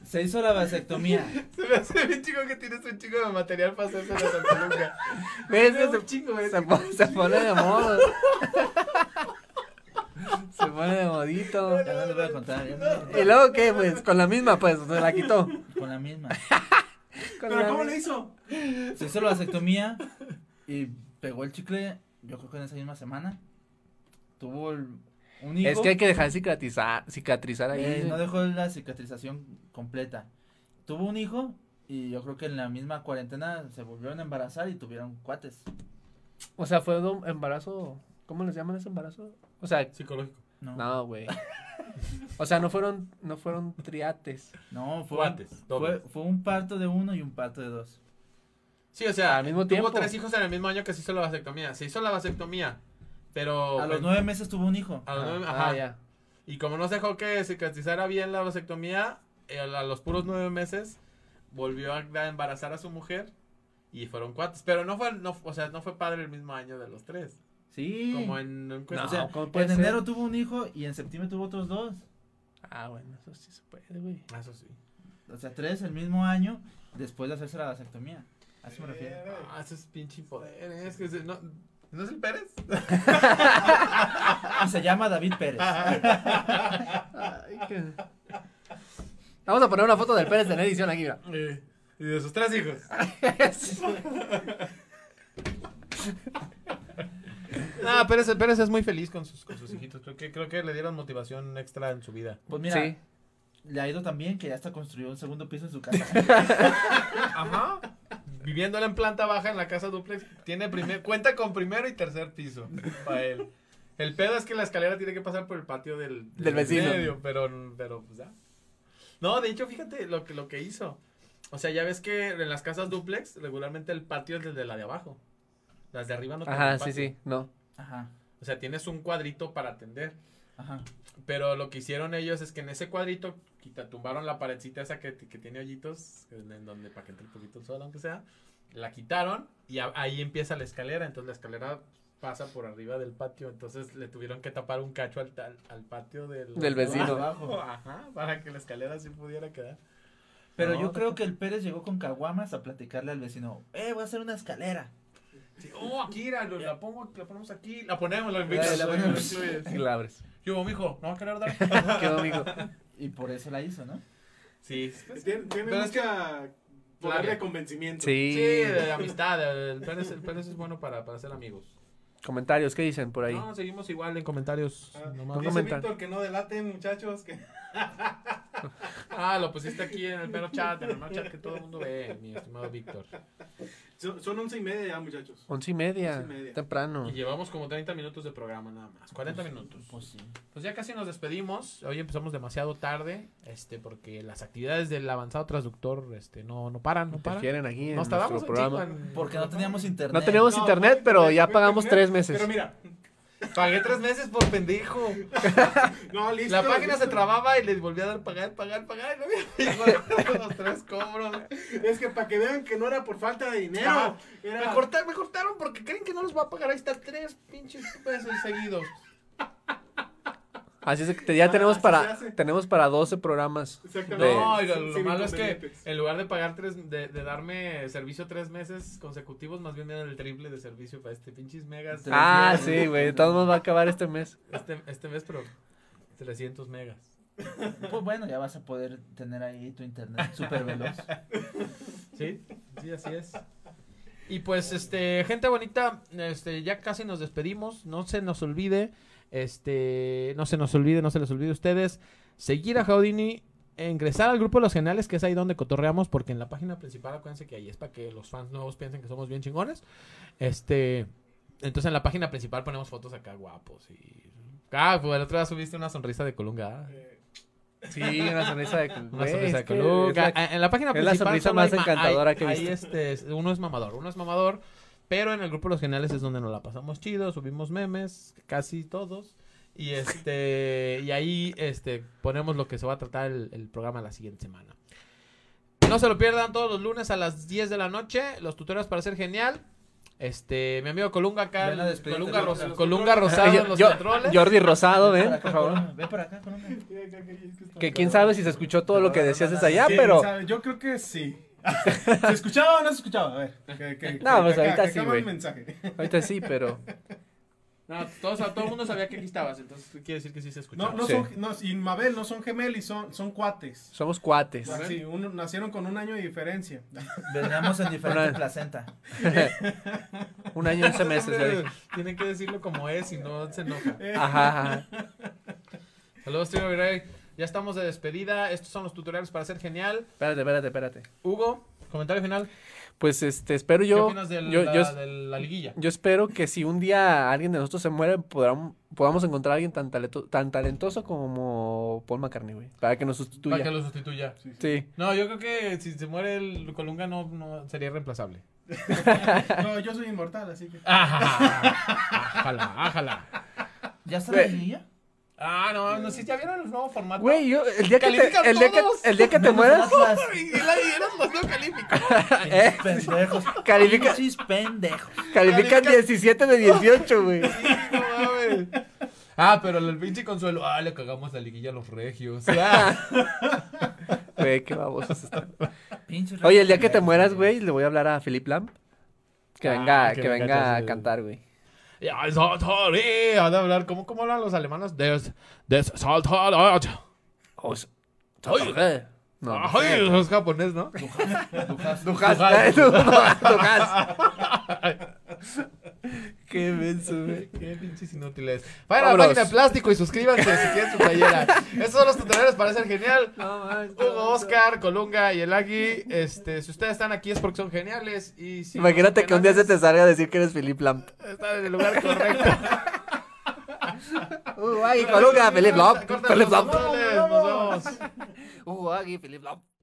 D: se hizo la vasectomía.
B: Se me hace bien chico que tienes un chico de material para hacerse la Santa
C: Güey, es que
B: Es
C: se-
B: un chingo,
C: Se pone, se pone de modo. Se pone de modito.
D: Ya no les voy a contar. ya no les voy a
C: ¿Y
D: contar.
C: luego qué? Pues con la misma, pues, se la quitó.
D: Con la misma.
C: Con
A: ¿Pero
C: la
A: cómo
C: misma.
A: le hizo?
D: Se hizo la vasectomía y pegó el chicle, yo creo que en esa misma semana. Tuvo el- un hijo.
C: Es que hay que dejar cicatrizar, cicatrizar ahí.
D: Eh,
C: güey.
D: no dejó la cicatrización completa. Tuvo un hijo y yo creo que en la misma cuarentena se volvieron a embarazar y tuvieron cuates.
C: O sea, fue un embarazo. ¿Cómo les llaman ese embarazo? O sea,
B: Psicológico.
D: No, no,
C: no, güey. O sea, no fueron, no fueron triates.
D: fue,
B: Cuates,
D: fue,
B: dobles.
D: fue un parto de uno y un parto de dos.
B: Sí, o sea,
C: Al mismo
B: tuvo
C: tiempo.
B: tres hijos en el mismo año que se hizo la vasectomía. Se hizo la vasectomía, pero... pues,
D: A los nueve meses tuvo un hijo.
B: A los nueve,
C: Ah,
B: ajá.
C: ya.
B: Y como no se dejó que cicatrizara bien la vasectomía, eh, a los puros nueve meses volvió a a embarazar a su mujer y fueron cuates. Pero no fue, no, o sea, no fue padre el mismo año de los tres.
D: Sí.
B: Como en... en
C: No,
D: o sea,
C: ¿cómo puede
D: en
C: ser?
D: enero tuvo un hijo y en septiembre tuvo otros dos.
C: Ah, bueno, eso sí se puede, güey.
B: Eso sí.
D: O sea, tres el mismo año después de hacerse la vasectomía. A eso me refiero.
B: Ah, eso es pinche poder. eh, Es que se- no, ¿No es el Pérez?
D: Y Ah, se llama David Pérez.
C: Ay, qué- Vamos a poner una foto del Pérez en la edición aquí, mira.
B: Eh, Y de sus tres hijos.
C: Pues
B: Ah, Pérez, Pérez es muy feliz con sus, con sus hijitos. Creo que, creo que le dieron motivación extra en su vida.
D: Pues mira,
C: Sí.
D: le ha ido también que ya hasta construyó un segundo piso en su casa.
B: Ajá. Viviéndola en planta baja en la casa duplex, tiene primer, cuenta con primero y tercer piso para él. El pedo es que la escalera tiene que pasar por el patio del,
C: Del vecino.
B: medio, pero, pero pues ya. No, de hecho, fíjate lo que, lo que hizo. O sea, ya ves que en las casas duplex, regularmente el patio es el de la de abajo. Las de arriba no tienen
C: Ajá, sí,
B: patio.
C: sí, no.
D: Ajá,
B: O sea, tienes un cuadrito para atender.
D: ajá.
B: Pero lo que hicieron ellos es que en ese cuadrito quita, tumbaron la paredcita esa que, que tiene hoyitos, en, en donde para que entre un poquito el sol, aunque sea. La quitaron y a- ahí empieza la escalera. Entonces la escalera pasa por arriba del patio, entonces le tuvieron que tapar un cacho al, al, al patio del,
C: Del vecino.
B: abajo, ajá, para que la escalera sí pudiera quedar.
D: Pero
B: No,
D: yo creo que el Pérez llegó con caguamas a platicarle al vecino, eh, voy a hacer una escalera.
B: Sí, oh, aquí la, lo- la pongo, la ponemos aquí, la ponemos, la
D: La-
B: invitas.
C: Ah,
D: la ponemos.
C: Y la abres.
B: Yo, mijo, no va a querer dar.
C: Qué domingo.
D: Y por eso la hizo, ¿no?
B: Sí,
A: Tiene, tiene
B: Pero es que-
A: mucha poder
B: Labia.
A: de convencimiento.
C: Sí.
B: sí, de amistad, el Pérez, el Pérez es bueno para, para ser amigos.
C: Comentarios, ¿qué dicen por ahí?
B: No, seguimos igual en comentarios.
A: Ah,
B: nomás.
A: dice
C: comenta.
A: Víctor que no delaten, muchachos. Que...
B: Ah, lo pusiste aquí en el mero chat, en el mero chat que todo el mundo ve, mi estimado Víctor.
A: Son, son once y media ya, muchachos.
C: Once y media.
A: Once y media.
C: Temprano.
B: Y llevamos como 30 minutos de programa nada más, 40 minutos.
D: Pues sí.
B: Pues ya casi nos despedimos. Hoy empezamos demasiado tarde, este, porque las actividades del avanzado transductor, este, no, no paran, no paran.
C: Interfieren aquí en
B: Nos
C: nuestro
B: tardamos un chingo
C: programa.
B: en-
D: Porque no teníamos internet.
C: No teníamos
A: No,
C: internet,
A: fue-
C: pero
A: fue-
C: ya
A: fue
C: pagamos
A: internet,
C: tres meses.
A: Pero mira,
B: Pagué tres meses por pendejo.
A: no, listo.
B: La página
A: listo.
B: se trababa y les volví a dar pagar, pagar, pagar. Y no había llegado a los tres cobros.
A: Es que para que vean que no era por falta de dinero.
B: Ah,
A: era...
B: Me cortaron, me cortaron porque creen que no los va a pagar. Ahí está tres pinches pesos seguidos.
C: Así es que te- ya
A: Ah,
C: tenemos
A: así se
C: para
A: hace.
C: tenemos para 12 programas.
A: Exactamente.
B: No, y lo,
A: Sin-
B: lo
A: sin
B: malo es que
A: inconvenientes.
B: en lugar de pagar tres, de, de darme servicio tres meses consecutivos, más bien me dan el triple de servicio para este pinches megas.
D: Tres
C: Ah,
D: meses.
C: sí, güey. De todos modos va a acabar este mes.
B: Este, este mes, pero 300 megas.
D: Pues bueno, ya vas a poder tener ahí tu internet súper veloz.
B: Sí, sí, así es. Y pues, este, gente bonita, este, ya casi nos despedimos. No se nos olvide, este, no se nos olvide, no se les olvide a ustedes seguir a Jaudini, e ingresar al grupo de los geniales, que es ahí donde cotorreamos, porque en la página principal, acuérdense que ahí es para que los fans nuevos piensen que somos bien chingones. Este, entonces en la página principal ponemos fotos acá guapos y. Ah, pues el otro día subiste una sonrisa de Colunga. ¿eh?
A: Eh,
C: Sí, una sonrisa de
B: Una
C: güey,
B: sonrisa de
C: es que es
B: Coluca.
C: la-
B: Ah, en la página
C: es la
B: principal
C: sonrisa
B: solo
C: más
B: hay ma-
C: encantadora
B: hay-
C: que he
B: hay,
C: visto.
B: este, es- uno es mamador, uno es mamador, pero en el grupo de Los Geniales es donde nos la pasamos chido, subimos memes, casi todos. Y este y ahí este ponemos lo que se va a tratar el, el programa la siguiente semana. No se lo pierdan todos los lunes a las 10 de la noche, los tutoriales para ser genial. Este, mi amigo Colunga acá,
D: Ven a despedirte
B: Colunga,
D: de los-
B: Ros-
A: de los
B: Colunga Rosado en los
C: Yo-
B: controles.
C: Jordi Rosado,
D: Ven
C: ven,
D: para acá,
C: por favor.
D: Corona, Ven para acá, Corona.
A: que- que- que-
C: Que quién sabe si se escuchó todo lo que decías desde allá,
A: ¿Quién
C: pero
A: sabe? Yo creo que sí. ¿Se escuchaba o no se escuchaba? A ver. que- que-
C: No,
A: que-
C: pues
A: que-
C: ahorita
A: que
C: sí,
A: acaba
C: güey.
A: el mensaje.
C: ahorita sí, pero
B: No, todos- todo el mundo sabía que aquí estabas, entonces quiere decir que sí se escuchaba.
A: No, no
C: Sí.
A: son, no, y Mabel no son gemelis, son, son cuates.
C: somos cuates.
B: Mabel.
A: Sí, uno- nacieron con un año de diferencia.
D: Veníamos en diferente
C: Ahora-
D: placenta.
C: Un año y once meses. ya dije.
B: Tienen que decirlo como es y no se enoja.
C: Ajá, ajá.
B: Saludos, tío Virrey. Ya estamos de despedida. Estos son los tutoriales para ser genial.
C: Espérate, espérate, espérate.
B: Hugo, comentario final.
C: Pues este, espero
B: ¿Qué
C: yo.
B: opinas de la,
C: yo, yo,
B: de la liguilla?
C: yo espero que si un día alguien de nosotros se muere, podamos, podamos encontrar a alguien tan, talento- tan talentoso como Paul McCartney, güey. Para que nos sustituya.
B: Para que lo sustituya.
C: Sí.
B: No, yo creo que si se muere el Colunga no, no sería reemplazable.
A: No, yo soy inmortal, así que.
B: Ajá, ájala, ájala.
D: ¿Ya está la
C: Güey.
D: niña?
B: Ah, no, no, si ya vieron el nuevo formato.
C: Güey, yo, el día que
B: Califican
C: te, el día que,
B: todos.
C: el día que te mueras,
B: Y la dieron los no califico.
C: eh,
D: Pendejos.
C: Califica-
D: Pinches pendejos.
C: califican
B: Califica-
C: 17 de 18, güey.
B: No mames. Ah, pero el pinche consuelo. Ah, le cagamos la liguilla a los regios. Ah.
C: Güey, qué babosos están.
D: Pinches
C: Oye, el día que te
D: pendejos.
C: mueras, güey, le voy a hablar a Philip Lamb. Que
B: Ah,
C: venga,
B: que
C: que,
B: venga
C: venga
B: atrás
C: a
B: de-
C: cantar, güey.
B: Ya, Saltari, ha de hablar, ¿cómo, cómo hablan los alemanes? Des, des, Saltari.
C: Oye. No.
B: Ay, los japonés, ¿no?
C: Dujas.
B: Dujas.
C: Dujas. Qué menso, güey.
B: Qué pinches inútiles. Vayan a la
C: Vámonos.
B: página de plástico y suscríbanse si quieren su playera. Estos son los tutoriales para ser genial. Hugo, Oscar, Colunga y el Agui. Este, si ustedes están aquí es porque son geniales. Y si no
C: Imagínate
B: son
C: que un día se te
B: geniales,
C: salga a decir que eres Philip Lamp.
B: Están en el lugar correcto.
C: Uy, Colunga, Philip Lamp.
B: Corta los
C: Philip Lamp.
B: controles, Nos vemos.
C: Uy, Philip Lamp.